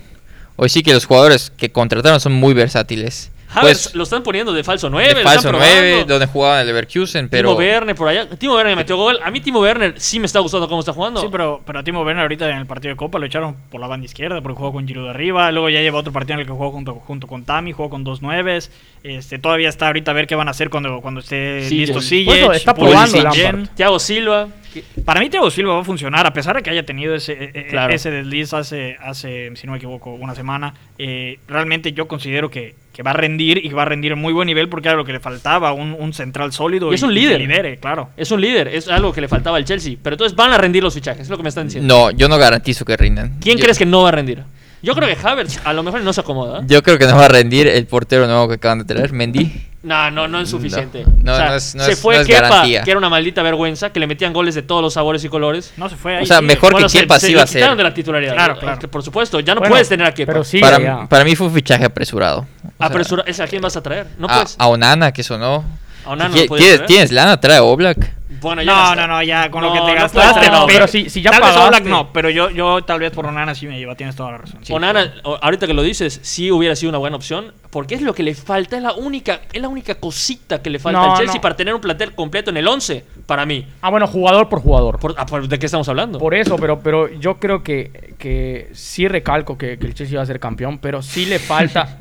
Speaker 4: Hoy sí que los jugadores que contrataron son muy versátiles.
Speaker 1: Havertz
Speaker 4: Pues,
Speaker 1: lo están poniendo de falso 9,
Speaker 4: de
Speaker 1: lo están
Speaker 4: falso 9,
Speaker 1: probando.
Speaker 4: donde jugaban el Leverkusen,
Speaker 1: Timo
Speaker 4: pero
Speaker 1: Werner por allá. Timo Werner metió gol. A mí Timo Werner sí me está gustando cómo está jugando.
Speaker 3: Sí, pero, pero a Timo Werner ahorita en el partido de Copa lo echaron por la banda izquierda porque jugó con Giroud arriba, luego ya lleva otro partido en el que jugó junto, junto con Tami, jugó con dos nueves, este, todavía está ahorita a ver qué van a hacer cuando, cuando esté
Speaker 1: Ziyech.
Speaker 3: listo
Speaker 2: Por
Speaker 3: Sillech.
Speaker 2: eso está probando
Speaker 3: Lampard.
Speaker 2: Lampard.
Speaker 1: Thiago Silva. que-
Speaker 3: Para mí Thiago Silva va a funcionar, a pesar de que haya tenido ese, eh, eh,
Speaker 1: Claro.
Speaker 3: ese desliz hace, hace, si no me equivoco, una semana. eh, realmente yo considero que, que va a rendir y que va a rendir en muy buen nivel porque era lo que le faltaba, un, un central sólido.
Speaker 1: Y es un líder.
Speaker 3: que lidere, claro.
Speaker 1: Es un líder, es algo que le faltaba al Chelsea. Pero entonces van a rendir los fichajes, es lo que me están diciendo.
Speaker 4: no, yo no garantizo que rindan.
Speaker 1: ¿Quién
Speaker 4: Yo-
Speaker 1: crees que no va a rendir? Yo creo que Havertz a lo mejor no se acomoda. ¿eh?
Speaker 4: Yo creo que nos va a rendir el portero nuevo que acaban de traer, Mendy.
Speaker 1: No, no, no es suficiente.
Speaker 4: No,
Speaker 1: O sea,
Speaker 4: no es- no
Speaker 1: se
Speaker 4: es-
Speaker 1: fue
Speaker 4: no es
Speaker 1: Kepa,
Speaker 4: garantía.
Speaker 1: que era una maldita vergüenza, que le metían goles de todos los sabores y colores.
Speaker 3: No se fue ahí.
Speaker 4: O sea,
Speaker 3: sí.
Speaker 4: mejor
Speaker 1: Bueno,
Speaker 4: que Kepa
Speaker 1: se,
Speaker 4: sí
Speaker 1: se
Speaker 4: va
Speaker 1: lo
Speaker 4: a ser.
Speaker 1: quitaron de la titularidad.
Speaker 3: Claro,
Speaker 1: Eh,
Speaker 3: claro.
Speaker 1: Por supuesto, ya no
Speaker 2: Bueno,
Speaker 1: puedes tener a Kepa.
Speaker 2: Pero sí,
Speaker 4: para, para mí fue un fichaje apresurado. O sea, ah,
Speaker 1: Apresura, es a quién vas a traer. No
Speaker 4: a,
Speaker 1: puedes.
Speaker 4: a Onana, que sonó.
Speaker 1: A Onana no
Speaker 4: ¿Tienes,
Speaker 1: puedes traer.
Speaker 4: tienes lana? Trae a Oblak.
Speaker 1: Bueno, ya
Speaker 3: No,
Speaker 1: gasta-
Speaker 3: no, no, ya con lo
Speaker 1: No,
Speaker 3: que
Speaker 1: no
Speaker 3: te
Speaker 1: puedes
Speaker 3: gastaste.
Speaker 1: traer a
Speaker 3: no,
Speaker 1: Oblak.
Speaker 2: pero si, si ya
Speaker 3: tal vez Oblak
Speaker 2: pagaste,
Speaker 3: no, pero yo, yo tal vez por Onana sí me lleva, tienes toda la razón.
Speaker 4: Sí.
Speaker 1: Onana, o- ahorita que lo dices, sí hubiera sido una buena opción, porque es lo que le falta, es la única, es la única cosita que le falta
Speaker 2: No,
Speaker 1: al Chelsea
Speaker 2: no.
Speaker 1: para tener un plantel completo en el 11, para mí.
Speaker 2: Ah, bueno, jugador por jugador.
Speaker 1: Por- ah, por- ¿De qué estamos hablando?
Speaker 2: Por eso, pero, pero yo creo que, que sí recalco que, que el Chelsea va a ser campeón, pero sí le falta.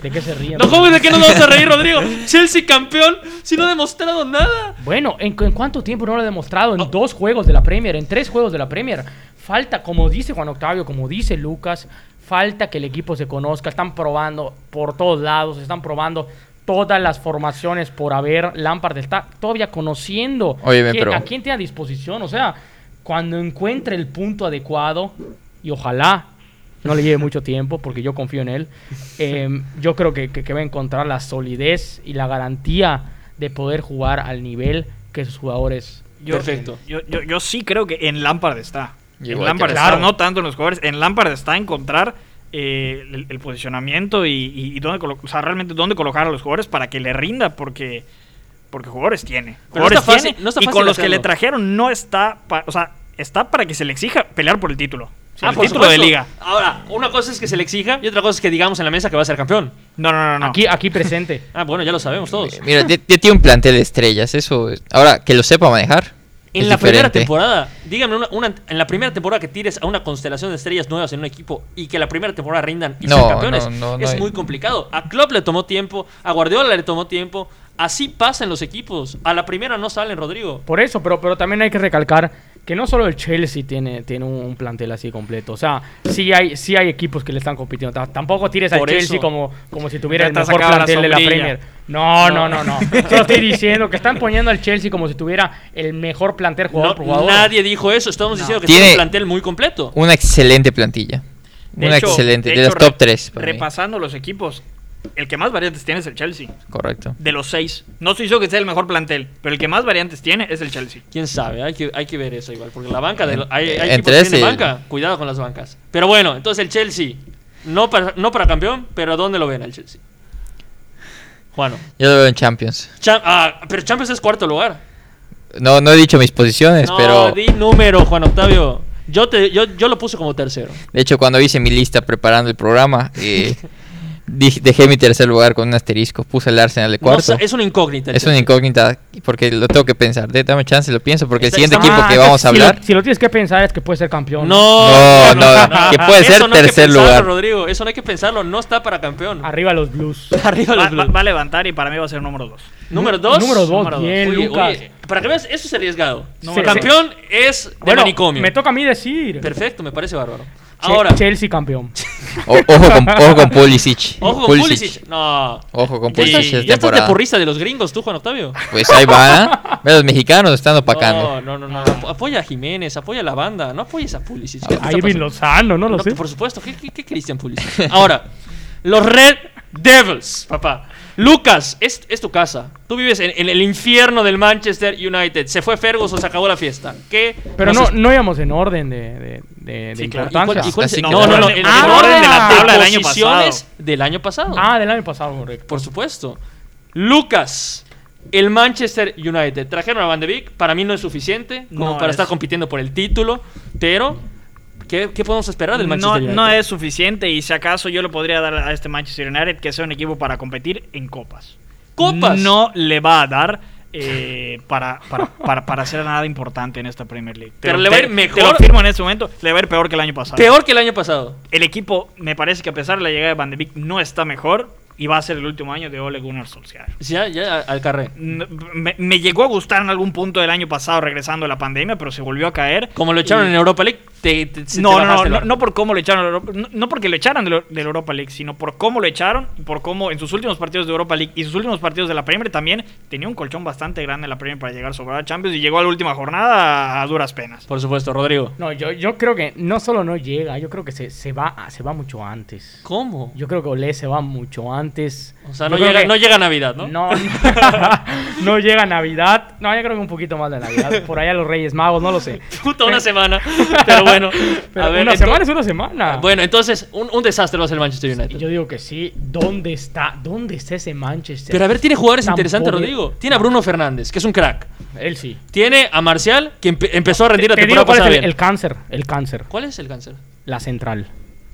Speaker 2: ¿De qué se ríen?
Speaker 1: No, ¿cómo es de qué nos vamos a reír, Rodrigo? Chelsea campeón, si no ha demostrado nada.
Speaker 2: Bueno, ¿en, cu- en cuánto tiempo no lo ha demostrado?
Speaker 4: Ah.
Speaker 2: En dos juegos de la Premier, en tres juegos de la Premier. Falta, como dice Juan Octavio, como dice Lucas, falta que el equipo se conozca. Están probando por todos lados, están probando todas las formaciones por haber. Lampard está todavía conociendo
Speaker 4: Oye,
Speaker 2: quién-
Speaker 4: pero-
Speaker 2: a quién tiene a disposición. O sea, cuando encuentre el punto adecuado, y ojalá no le lleve mucho tiempo, porque yo confío en él. eh, yo creo que, que- que va a encontrar la solidez y la garantía de poder jugar al nivel que sus jugadores.
Speaker 1: Perfecto.
Speaker 3: Yo, yo- yo sí creo que en Lampard está.
Speaker 4: Igual
Speaker 3: en
Speaker 4: que
Speaker 3: Lampard
Speaker 4: Lampard.
Speaker 3: está, no tanto en los jugadores. En Lampard está encontrar eh, el, el posicionamiento y, y- y dónde colo- o sea, realmente dónde colocar a los jugadores para que le rinda, porque, porque jugadores
Speaker 1: Pero
Speaker 3: tiene.
Speaker 1: no
Speaker 3: Jugadores
Speaker 1: está fácil-
Speaker 3: tiene,
Speaker 1: no está
Speaker 3: y
Speaker 1: fácil
Speaker 3: con los que
Speaker 1: hacerlo.
Speaker 3: le trajeron no está. pa- o sea, está para que se le exija pelear por el título.
Speaker 1: Ah,
Speaker 3: el
Speaker 1: por
Speaker 3: título de
Speaker 1: supuesto.
Speaker 3: liga.
Speaker 1: Ahora, una cosa es que se le exija y otra cosa es que digamos en la mesa que va a ser campeón.
Speaker 3: No, no, no. no.
Speaker 2: Aquí, aquí presente.
Speaker 1: Ah, bueno, ya lo sabemos todos.
Speaker 4: Eh, Mira, ya ya tiene un plantel de estrellas, eso. es- Ahora, que lo sepa manejar.
Speaker 1: En
Speaker 4: es
Speaker 1: la primera
Speaker 4: diferente.
Speaker 1: temporada, dígame, una, una- en la primera temporada que tires a una constelación de estrellas nuevas en un equipo y que la primera temporada rindan y
Speaker 4: No,
Speaker 1: sean campeones,
Speaker 4: no, no,
Speaker 1: es
Speaker 4: no.
Speaker 1: muy complicado. A Klopp le tomó tiempo, a Guardiola le tomó tiempo. Así pasan los equipos. A la primera no salen, Rodrigo.
Speaker 2: Por eso, pero, pero también hay que recalcar que no solo el Chelsea tiene, tiene un plantel así completo. O sea, sí hay, sí hay equipos que le están compitiendo. Ta- Tampoco tires al
Speaker 1: Por
Speaker 2: Chelsea
Speaker 1: eso.
Speaker 2: como, como si tuviera
Speaker 3: Ya
Speaker 2: el
Speaker 3: te has
Speaker 2: mejor
Speaker 3: sacado la
Speaker 2: plantel de la
Speaker 3: sombrilla.
Speaker 2: Premier. No, no,
Speaker 1: No.
Speaker 2: no, no. Solo estoy diciendo que están poniendo al Chelsea como si tuviera el mejor plantel jugador por
Speaker 1: No,
Speaker 2: jugador.
Speaker 1: nadie dijo eso. Estamos diciendo que
Speaker 4: Tiene-
Speaker 1: tiene un plantel muy completo.
Speaker 4: Una excelente plantilla.
Speaker 3: De
Speaker 4: una
Speaker 3: hecho-
Speaker 4: excelente, de,
Speaker 3: hecho,
Speaker 4: los top
Speaker 3: re-
Speaker 4: 3.
Speaker 3: Repasando los equipos, el que más variantes tiene es el Chelsea.
Speaker 4: Correcto.
Speaker 3: De los seis. No estoy diciendo que sea el mejor plantel, pero el que más variantes tiene es el Chelsea.
Speaker 1: Quién sabe, hay que, hay que ver eso igual. Porque la banca, de lo- hay, hay
Speaker 4: Eh,
Speaker 1: equipos
Speaker 4: entre
Speaker 1: que
Speaker 4: ese-
Speaker 1: tienen banca. Cuidado con las bancas. Pero bueno, entonces el Chelsea. No para, no para campeón, pero ¿dónde lo ven al Chelsea? Juano.
Speaker 4: Yo lo veo en Champions.
Speaker 1: Cham- ah, pero Champions es cuarto lugar.
Speaker 4: No, no he dicho mis posiciones,
Speaker 1: No,
Speaker 4: pero.
Speaker 1: di número, Juan Octavio. Yo, te, yo, yo lo puse como tercero.
Speaker 4: De hecho, cuando hice mi lista preparando el programa, eh, di- dejé mi tercer lugar con un asterisco. Puse el Arsenal de
Speaker 1: No, o
Speaker 4: cuarto.
Speaker 1: sea, es una incógnita. el
Speaker 4: es una
Speaker 1: Chelsea.
Speaker 4: incógnita porque lo tengo que pensar. De- Dame chance, lo pienso. Porque el
Speaker 1: Está-
Speaker 4: siguiente
Speaker 1: está-
Speaker 4: equipo
Speaker 2: Ah,
Speaker 4: que
Speaker 2: entonces,
Speaker 4: vamos a
Speaker 2: si lo-
Speaker 4: hablar.
Speaker 2: Si lo, tienes que pensar es que puede ser campeón.
Speaker 1: No,
Speaker 4: No, no, que puede
Speaker 1: Eso
Speaker 4: ser
Speaker 1: no hay que
Speaker 4: tercer
Speaker 1: pensarlo,
Speaker 4: lugar.
Speaker 1: Rodrigo, eso no hay que pensarlo, no está para campeón.
Speaker 2: Arriba los Blues.
Speaker 1: Arriba
Speaker 3: Va,
Speaker 1: los
Speaker 3: va-
Speaker 1: Blues.
Speaker 3: va a levantar y para mí va a ser número dos.
Speaker 1: Número dos.
Speaker 2: Número dos, bien,
Speaker 1: Oye,
Speaker 2: Lucas.
Speaker 1: oye, para que veas, eso es arriesgado.
Speaker 2: Número
Speaker 1: El campeón es de
Speaker 2: Bueno,
Speaker 1: manicomio.
Speaker 2: me toca a mí decir.
Speaker 1: Perfecto, me parece bárbaro.
Speaker 2: Che-
Speaker 1: Ahora,
Speaker 2: Chelsea campeón.
Speaker 4: O- ojo, con, ojo con Pulisic.
Speaker 1: ojo con Pulisic. No.
Speaker 4: Ojo con
Speaker 1: Ya
Speaker 4: Pulisic
Speaker 1: estás-
Speaker 4: esta
Speaker 1: ya estás de
Speaker 4: temporada.
Speaker 1: porrista de los gringos, tú, Juan Octavio.
Speaker 4: Pues ahí va. Ve, Los mexicanos están opacando.
Speaker 1: No, no, no, no. Apo- Apoya a Jiménez, apoya a la banda. No apoyes a Pulisic. ¿Qué te está
Speaker 2: A Irving
Speaker 1: pasando?
Speaker 2: Lozano, no lo
Speaker 1: No,
Speaker 2: sé.
Speaker 1: Por supuesto, ¿qué, qué, qué Christian Pulisic? Ahora, los Red Devils, papá. Lucas, es, es tu casa. Tú vives en, en el infierno del Manchester United. Se fue Ferguson, se acabó la fiesta. ¿Qué?
Speaker 2: Pero no,
Speaker 1: nos es-
Speaker 2: no íbamos en orden de, de, de- de
Speaker 3: Sí, claro.
Speaker 1: ¿Y cuál-
Speaker 2: importancia.
Speaker 1: y cuál es
Speaker 4: Así
Speaker 1: el-
Speaker 4: que-
Speaker 1: No, no, no.
Speaker 3: Ah.
Speaker 1: El, el orden de la tabla del año pasado.
Speaker 3: pasado.
Speaker 1: Del año pasado.
Speaker 2: Ah, del año pasado, correcto.
Speaker 1: Por supuesto. Lucas, el Manchester United. Trajeron a Van de Beek. Para mí no es suficiente como
Speaker 3: No
Speaker 1: para
Speaker 3: es.
Speaker 1: estar compitiendo por el título. Pero, ¿qué, qué podemos esperar Ah, del
Speaker 3: No,
Speaker 1: Manchester United?
Speaker 3: no es suficiente y si acaso yo le podría dar a este Manchester United que sea un equipo para competir en copas.
Speaker 1: Copas.
Speaker 3: No le va a dar eh, para, para, para, para hacer nada importante en esta Premier League. Te
Speaker 1: Pero
Speaker 3: lo-
Speaker 1: le va a
Speaker 3: te-
Speaker 1: ir mejor.
Speaker 3: Te lo afirmo en este momento, le va a ir peor que el año pasado.
Speaker 1: Peor que el año pasado.
Speaker 3: El equipo, me parece que a pesar de la llegada de Van de Beek, no está mejor y va a ser el último año de Ole Gunnar Solskjaer.
Speaker 1: Ya, ya, al carré.
Speaker 3: No, me, me llegó a gustar en algún punto del año pasado regresando de la pandemia, pero se volvió a caer.
Speaker 1: Como lo echaron
Speaker 3: Y-
Speaker 1: en Europa Leade, te, te- se-
Speaker 3: No,
Speaker 1: te
Speaker 3: no, no,
Speaker 1: bajaste el
Speaker 3: no,
Speaker 1: barco.
Speaker 3: no por cómo lo echaron, no- no, porque lo echaron de lo- de la Europa League, sino por cómo lo echaron y por cómo en sus últimos partidos de Europa League y sus últimos partidos de la Premier también tenía un colchón bastante grande en la Premier para llegar sobre a Champions y llegó a la última jornada a, a duras penas.
Speaker 1: Por supuesto, Rodrigo.
Speaker 2: No, yo, yo creo que no solo no llega, yo creo que se, se, va, se va mucho antes.
Speaker 1: ¿Cómo?
Speaker 2: Yo creo que Olé se va mucho antes.
Speaker 1: O sea,
Speaker 2: Yo
Speaker 1: no
Speaker 2: creo
Speaker 1: llega,
Speaker 2: que-
Speaker 1: no llega Navidad, ¿no?
Speaker 2: No, no llega Navidad. No, yo creo que un poquito más de Navidad. Por allá los Reyes Magos, no lo sé.
Speaker 1: Puta, una semana. Pero bueno.
Speaker 2: Pero
Speaker 1: a ver,
Speaker 2: una
Speaker 1: ento-
Speaker 2: semana es una semana.
Speaker 1: Bueno, entonces, un, un desastre va a ser el Manchester United.
Speaker 2: Yo digo que Ah. sí. ¿Dónde está? ¿Dónde está ese Manchester?
Speaker 1: Pero a ver, tiene jugadores
Speaker 2: Tan
Speaker 1: interesantes,
Speaker 2: pobre-
Speaker 1: Rodrigo. Tiene a Bruno Fernández, que es un crack.
Speaker 2: Él sí.
Speaker 1: Tiene a Marcial, que empe- empezó a rendir la
Speaker 2: Te digo
Speaker 1: temporada
Speaker 2: cuál es
Speaker 1: pasada
Speaker 2: el,
Speaker 1: bien.
Speaker 2: el cáncer. El cáncer.
Speaker 1: ¿Cuál es el cáncer?
Speaker 2: La central.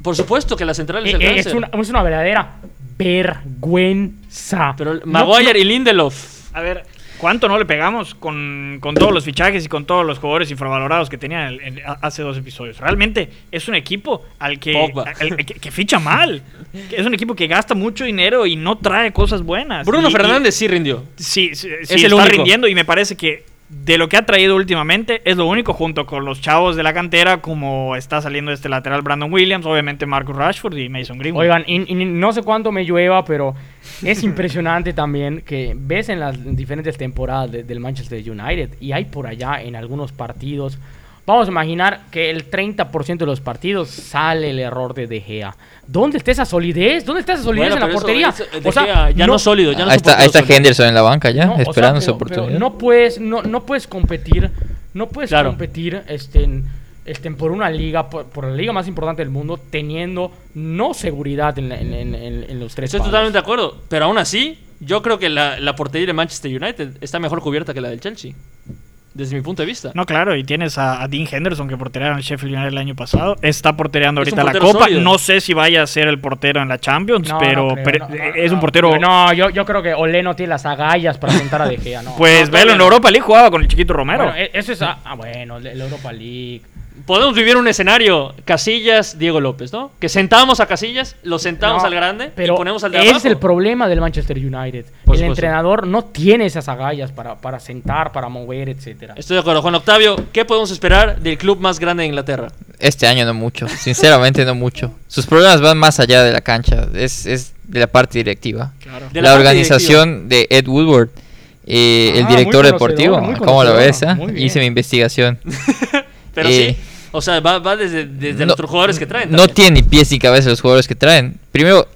Speaker 1: Por supuesto que la central es el
Speaker 2: Eh, eh,
Speaker 1: cáncer.
Speaker 2: es, una, es una verdadera vergüenza.
Speaker 1: Pero el-
Speaker 2: No-
Speaker 1: Maguire y Lindelof.
Speaker 3: A ver, ¿Cuánto no le pegamos con, con todos los fichajes y con todos los jugadores infravalorados que tenían el- el- a- hace dos episodios? Realmente es un equipo al que,
Speaker 1: Pogba.
Speaker 3: al- que, que ficha mal. Que Es un equipo que gasta mucho dinero y no trae cosas buenas.
Speaker 1: Bruno
Speaker 3: Y- y-
Speaker 1: Fernández sí rindió.
Speaker 3: sí, sí, sí,
Speaker 1: el
Speaker 3: está
Speaker 1: único.
Speaker 3: rindiendo y me parece que de lo que ha traído últimamente es lo único junto con los chavos de la cantera como está saliendo este lateral Brandon Williams, obviamente Marcus Rashford y Mason Greenwood.
Speaker 2: Oigan, y, y no sé cuánto me llueva, pero es impresionante también que ves en las diferentes temporadas de- del Manchester United y hay por allá en algunos partidos. Vamos a imaginar que el 30% de los partidos sale el error de De Gea. ¿Dónde está esa solidez? ¿Dónde está esa solidez
Speaker 1: Bueno,
Speaker 2: en
Speaker 1: pero
Speaker 2: la
Speaker 1: eso-
Speaker 2: portería?
Speaker 1: eso- De Gea ya no es sólido, ya no
Speaker 4: ahí está,
Speaker 1: soporta
Speaker 4: ahí está
Speaker 1: los-
Speaker 4: Henderson en la banca ya,
Speaker 2: No, o sea,
Speaker 4: Ah, esperando su
Speaker 2: pero- pero
Speaker 4: oportunidad.
Speaker 2: no puedes, no, no puedes competir, no puedes
Speaker 1: Claro.
Speaker 2: competir este, en- este, por una liga, por, por la liga más importante del mundo, teniendo no seguridad en, la- en- en- en- en los tres.
Speaker 1: Estoy
Speaker 2: palos.
Speaker 1: totalmente de acuerdo. Pero aún así, yo creo que la, la portería de Manchester United está mejor cubierta que la del Chelsea. Desde mi punto de vista.
Speaker 3: No, claro, y tienes a, a Dean Henderson que porterearon al Sheffield United el año pasado. Está portereando
Speaker 1: Es un
Speaker 3: ahorita la
Speaker 1: portero
Speaker 3: Copa.
Speaker 1: sólido.
Speaker 3: No sé si vaya a ser el portero en la Champions,
Speaker 2: No, no
Speaker 3: pero,
Speaker 2: creo,
Speaker 3: pero
Speaker 2: no, no,
Speaker 3: es un
Speaker 2: no.
Speaker 3: portero.
Speaker 2: No, yo, yo creo que Olé no tiene las agallas para sentar a De Gea, no.
Speaker 3: pues
Speaker 1: no,
Speaker 3: velo,
Speaker 1: todavía
Speaker 3: en
Speaker 1: no.
Speaker 3: Europa League jugaba con el chiquito Romero.
Speaker 2: Bueno, e- eso es. a- ah, bueno, el Europa League.
Speaker 1: Podemos vivir un escenario, Casillas, Diego López, ¿no? Que sentamos a Casillas, lo sentamos
Speaker 2: No,
Speaker 1: al grande
Speaker 2: pero
Speaker 1: y ponemos al de
Speaker 2: ese
Speaker 1: abajo.
Speaker 2: es el problema del Manchester United.
Speaker 1: Por
Speaker 2: el
Speaker 1: supuesto.
Speaker 2: entrenador no tiene esas agallas para, para sentar, para mover, etcétera.
Speaker 1: Estoy de acuerdo. Juan Octavio, ¿qué podemos esperar del club más grande de Inglaterra?
Speaker 4: Este año no mucho, sinceramente no mucho. Sus problemas van más allá de la cancha, es, es de la parte directiva.
Speaker 1: De
Speaker 4: la,
Speaker 1: parte
Speaker 4: organización de Ed Woodward, eh, el
Speaker 2: Ah,
Speaker 4: director
Speaker 2: muy
Speaker 4: deportivo,
Speaker 2: conocedor, muy
Speaker 4: ¿cómo lo
Speaker 2: conocedor,
Speaker 4: ves? ah?
Speaker 2: muy bien.
Speaker 4: Hice mi investigación.
Speaker 1: directiva. Pero
Speaker 4: Eh,
Speaker 1: sí, o sea, va, va desde, desde
Speaker 4: no-
Speaker 1: los otros jugadores que traen.
Speaker 4: No
Speaker 1: también.
Speaker 4: tiene ni pies ni cabeza los jugadores que traen. Primero,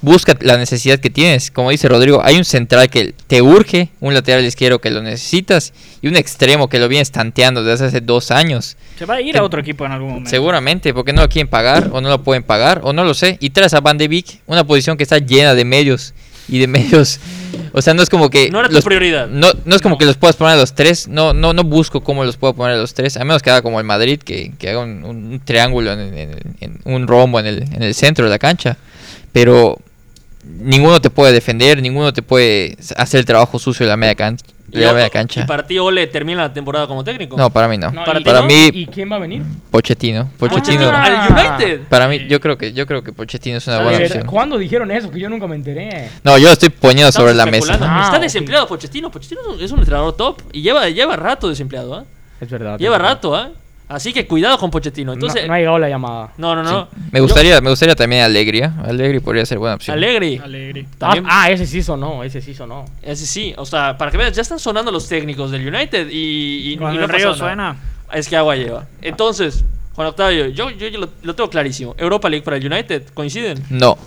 Speaker 4: busca la necesidad que tienes. Como dice Rodrigo, hay un central que te urge, un lateral izquierdo que lo necesitas y un extremo que lo vienes tanteando desde hace dos años.
Speaker 3: Se va a ir a otro equipo en algún momento.
Speaker 4: Seguramente, porque no lo quieren pagar o no lo pueden pagar o no lo sé. Y traes a Van de Beek, una posición que está llena de medios y de medios. O sea, no es como que
Speaker 1: No era tu
Speaker 4: los-
Speaker 1: prioridad.
Speaker 4: No, no es como que los puedas poner a los tres. No, no, no busco cómo los puedo poner a los tres. A menos que haga como el Madrid, que, que haga un, un- un triángulo, en, en- en- un rombo en el, en el centro de la cancha. Pero ninguno te puede defender, ninguno te puede hacer el trabajo sucio de la media, can- de
Speaker 1: Y
Speaker 4: la
Speaker 1: ojo,
Speaker 4: media
Speaker 1: Y
Speaker 4: cancha.
Speaker 1: para ti, Ole termina la temporada como técnico.
Speaker 4: No, para mí no.
Speaker 2: No,
Speaker 4: para
Speaker 2: ¿y-
Speaker 4: para
Speaker 2: no?
Speaker 4: mí,
Speaker 2: ¿Y quién va a venir?
Speaker 4: Pochettino. Pochettino.
Speaker 1: Pochettino
Speaker 2: Ah.
Speaker 1: al United.
Speaker 4: Para mí, yo creo que yo creo que Pochettino es una
Speaker 1: A
Speaker 4: buena
Speaker 1: ver,
Speaker 4: opción.
Speaker 2: Eh, ¿Cuándo dijeron eso? Que yo nunca me enteré.
Speaker 4: No, yo lo estoy poniendo
Speaker 1: Estamos
Speaker 4: sobre la mesa.
Speaker 1: especulando.
Speaker 2: Ah,
Speaker 1: Está
Speaker 2: ok.
Speaker 1: desempleado Pochettino. Pochettino es un- es un entrenador top y lleva, lleva rato desempleado, ¿ah?
Speaker 2: Es verdad.
Speaker 1: Lleva
Speaker 2: es verdad.
Speaker 1: rato, ¿ah? Así que cuidado con Pochettino. Entonces,
Speaker 2: no, no ha llegado la llamada.
Speaker 1: no, no, no.
Speaker 4: Me gustaría, me gustaría también Alegría. Alegría podría ser buena opción.
Speaker 1: Alegre.
Speaker 3: Alegre.
Speaker 1: También-
Speaker 2: Ah, ah, ese sí sonó, ese sí sonó.
Speaker 1: ah, Ese sí, o sea, para que veas, ya están sonando los técnicos del United y, y, y
Speaker 3: Cuando
Speaker 1: no
Speaker 3: el
Speaker 1: ha
Speaker 3: río
Speaker 1: pasado nada.
Speaker 3: suena.
Speaker 1: Es que agua lleva. Entonces, Juan Octavio, yo, yo, yo lo, lo tengo clarísimo. Europa League para el United, ¿coinciden?
Speaker 4: No,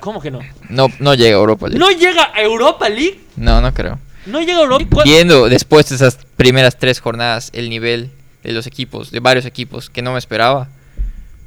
Speaker 1: ¿Cómo que no?
Speaker 4: no, no llega a Europa League.
Speaker 1: ¿No llega a Europa League?
Speaker 4: No, no creo.
Speaker 1: ¿No llega a Europa League? ¿Cuál-
Speaker 4: Viendo después de esas primeras tres jornadas el nivel de los equipos, de varios equipos que no me esperaba,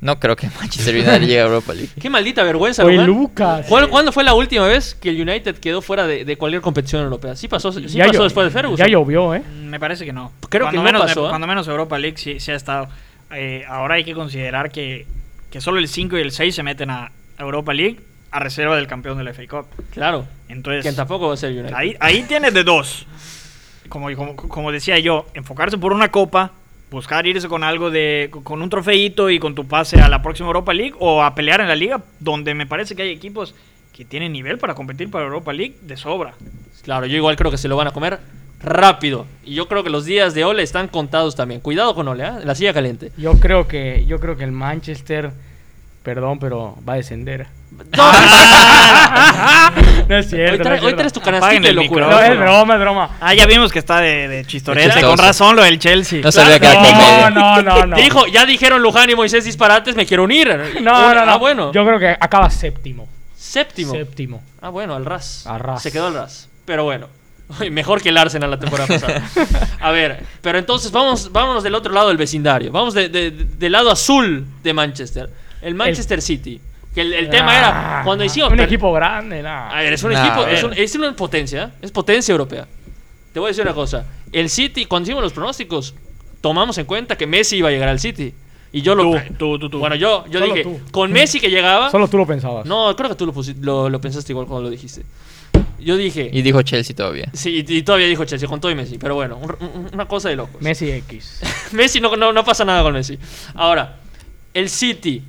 Speaker 4: no creo que Manchester United llegue a Europa League.
Speaker 1: Qué maldita vergüenza,
Speaker 2: Oye,
Speaker 1: Rubén.
Speaker 2: Lucas.
Speaker 1: ¿Cuál- ¿Cuándo fue la última vez que el United quedó fuera de, de cualquier competición europea? Sí pasó, sí pasó
Speaker 2: llo-
Speaker 1: después de Ferguson.
Speaker 2: Ya llovió, ¿eh?
Speaker 3: mm, Me parece que no.
Speaker 1: Creo que no
Speaker 3: menos,
Speaker 1: pasó, ¿ah?
Speaker 3: Cuando menos Europa League sí, sí ha estado. Eh, ahora hay que considerar que, que solo el 5 y el 6 se meten a Europa League a reserva del campeón del FA Cup.
Speaker 1: Claro.
Speaker 2: Pues,
Speaker 3: Entonces,
Speaker 1: Quien tampoco va a ser el United.
Speaker 3: ahí, ahí tienes de dos. Como, como, como decía yo, enfocarse por una copa, buscar irse con algo de. con un trofeito y con tu pase a la próxima Europa League o a pelear en la liga, donde me parece que hay equipos que tienen nivel para competir para Europa League de sobra.
Speaker 1: Claro, yo igual creo que se lo van a comer rápido. Y yo creo que los días de Ole están contados también. Cuidado con Ole, ¿eh? La silla caliente.
Speaker 2: Yo creo que, yo creo que el Manchester, perdón, pero va a descender. no es
Speaker 1: hoy,
Speaker 2: cierto. no
Speaker 1: trae- hoy
Speaker 2: es cierto.
Speaker 1: traes tu canastita
Speaker 3: Apaguen
Speaker 1: de
Speaker 3: el
Speaker 1: locura.
Speaker 2: No, es
Speaker 3: micrófono.
Speaker 2: broma, es broma.
Speaker 3: Ah, ya vimos que está de, de chistorete.
Speaker 4: Chistoso.
Speaker 3: Con razón lo del Chelsea.
Speaker 4: No sabía que era
Speaker 2: No,
Speaker 4: comedia.
Speaker 2: no, no, no.
Speaker 1: Te Dijo, ya dijeron Luján y Moisés disparates, me quiero unir.
Speaker 2: No, no, no.
Speaker 1: Ah, bueno.
Speaker 2: Yo creo que acaba séptimo.
Speaker 1: Séptimo.
Speaker 2: Séptimo.
Speaker 1: Ah, bueno, al RAS.
Speaker 2: Al Ras.
Speaker 1: Se quedó al RAS. Pero bueno. Ay, Mejor que el Arsenal la temporada pasada. A ver, pero entonces vamos, vámonos del otro lado del vecindario. Vamos de- de- de- del lado azul de Manchester. El Manchester City. Que el, el tema era
Speaker 2: Ah,
Speaker 1: cuando hicimos.
Speaker 2: Un
Speaker 1: per-
Speaker 2: equipo grande, nada.
Speaker 1: A ver, es un
Speaker 4: Nah,
Speaker 1: equipo,
Speaker 4: a ver.
Speaker 1: es, un- es una potencia, ¿eh? es potencia europea. Te voy a decir una cosa. El City, cuando hicimos los pronósticos, tomamos en cuenta que Messi iba a llegar al City. Y yo lo. Bueno, yo, yo
Speaker 2: Solo
Speaker 1: dije,
Speaker 2: tú.
Speaker 1: con Messi que llegaba.
Speaker 2: Solo tú lo pensabas.
Speaker 1: No, creo que tú lo, pusi- lo, lo pensaste igual cuando lo dijiste. Yo dije.
Speaker 4: Y dijo Chelsea todavía.
Speaker 1: Sí, y, y todavía dijo Chelsea con todo y Messi, pero bueno, un- un- una cosa de locos.
Speaker 2: Messi X.
Speaker 1: Messi no, no, no pasa nada con Messi. Ahora, el City,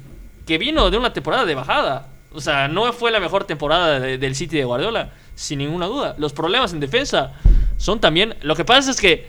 Speaker 1: que vino de una temporada de bajada. O sea, no fue la mejor temporada de- del City de Guardiola, sin ninguna duda. Los problemas en defensa son también. Lo que pasa es que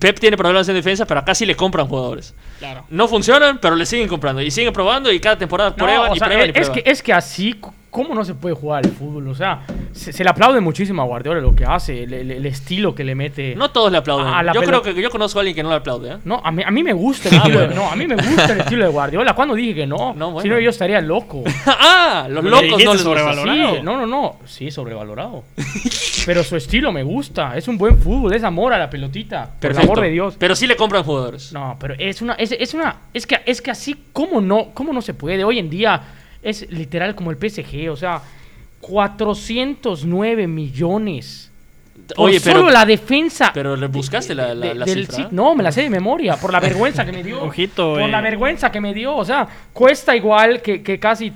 Speaker 1: Pep tiene problemas en defensa, pero acá sí le compran jugadores.
Speaker 3: Claro.
Speaker 1: No funcionan, pero le siguen comprando. Y siguen probando, y cada temporada
Speaker 2: No,
Speaker 1: prueban
Speaker 2: o
Speaker 1: y
Speaker 2: sea, eh,
Speaker 1: prueban y
Speaker 2: es, que,
Speaker 1: prueban.
Speaker 2: es que así, c- ¿cómo no se puede jugar al fútbol? O sea, se, se le aplaude muchísimo a Guardiola lo que hace, el, el- el estilo que le mete.
Speaker 1: No todos le aplauden.
Speaker 2: A la
Speaker 1: yo
Speaker 2: pelota.
Speaker 1: creo que yo conozco a alguien que no le aplaude. ¿eh?
Speaker 2: No, a mí, a mí me gusta el
Speaker 1: Ah,
Speaker 2: estilo de,
Speaker 1: bueno.
Speaker 2: No, a mí me gusta el estilo de Guardiola. ¿Cuándo dije que no?
Speaker 1: No, bueno.
Speaker 2: Si no, yo estaría loco.
Speaker 1: ¡Ah! Los
Speaker 3: Le
Speaker 1: locos
Speaker 3: dijiste
Speaker 1: no les
Speaker 3: sobrevalorado.
Speaker 1: sobrevalor.
Speaker 2: Sí, no, no, no. Sí, sobrevalorado. Pero su estilo me gusta. Es un buen fútbol, es amor a la pelotita. Por el amor de Dios.
Speaker 1: Pero sí le compran jugadores.
Speaker 2: No, pero es una, es, es una, es que, es que así, ¿cómo no, cómo no se puede? Hoy en día es literal como el PSG, o sea, 409 millones. Por
Speaker 1: Oye, pero.
Speaker 2: Pues solo la defensa.
Speaker 1: Pero le buscaste la, la,
Speaker 2: de-
Speaker 1: la
Speaker 2: del
Speaker 1: cifra. ¿eh?
Speaker 2: City- No, me la sé de memoria, por la vergüenza que me dio.
Speaker 3: Ojito,
Speaker 2: Por
Speaker 3: eh.
Speaker 2: la vergüenza que me dio, o sea, cuesta igual que, que casi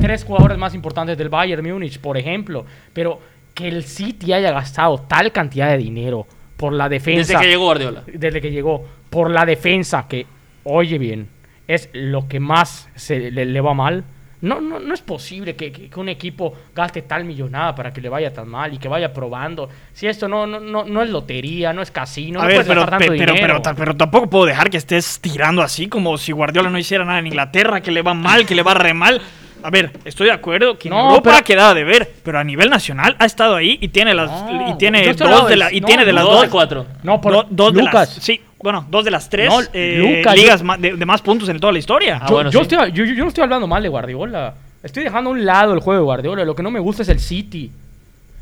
Speaker 2: tres jugadores más importantes del Bayern Múnich, por ejemplo. Pero que el City haya gastado tal cantidad de dinero por la defensa
Speaker 1: Desde que llegó Guardiola.
Speaker 2: desde que llegó por la defensa que, oye bien, es lo que más se le, le va mal. No, no, no es posible que, que- que un equipo gaste tal millonada para que le vaya tan mal y que vaya probando. Si esto no, no, no, no es lotería, no es casino,
Speaker 3: A
Speaker 2: no
Speaker 3: ver,
Speaker 2: puedes
Speaker 3: pero,
Speaker 2: gastar
Speaker 3: pe-
Speaker 2: tanto
Speaker 3: pero,
Speaker 2: dinero.
Speaker 3: pero, ta- pero tampoco puedo dejar que estés tirando así como si Guardiola no hiciera nada en Inglaterra, que le va mal, que le va re mal. A ver, estoy de acuerdo que en
Speaker 2: No,
Speaker 3: Europa
Speaker 2: pero-
Speaker 3: ha quedado de ver, pero a nivel nacional ha estado ahí y tiene las
Speaker 2: No,
Speaker 3: y tiene
Speaker 2: yo estoy
Speaker 3: dos
Speaker 2: hablando
Speaker 3: de
Speaker 2: de-
Speaker 3: la y
Speaker 2: no,
Speaker 3: tiene de las
Speaker 1: Dos
Speaker 3: dos,
Speaker 1: de cuatro.
Speaker 2: no, por
Speaker 3: do- dos de las
Speaker 2: Lucas,
Speaker 3: sí, bueno, dos de las tres
Speaker 2: No,
Speaker 3: eh,
Speaker 2: Lucas,
Speaker 3: ligas
Speaker 2: yo-
Speaker 3: ma- de, de más puntos en toda la historia.
Speaker 1: Ah,
Speaker 2: yo,
Speaker 1: bueno,
Speaker 2: yo
Speaker 1: sí.
Speaker 2: estoy- yo- yo- yo no estoy hablando mal de Guardiola. Estoy dejando a un lado el juego de Guardiola. Lo que no me gusta es el City.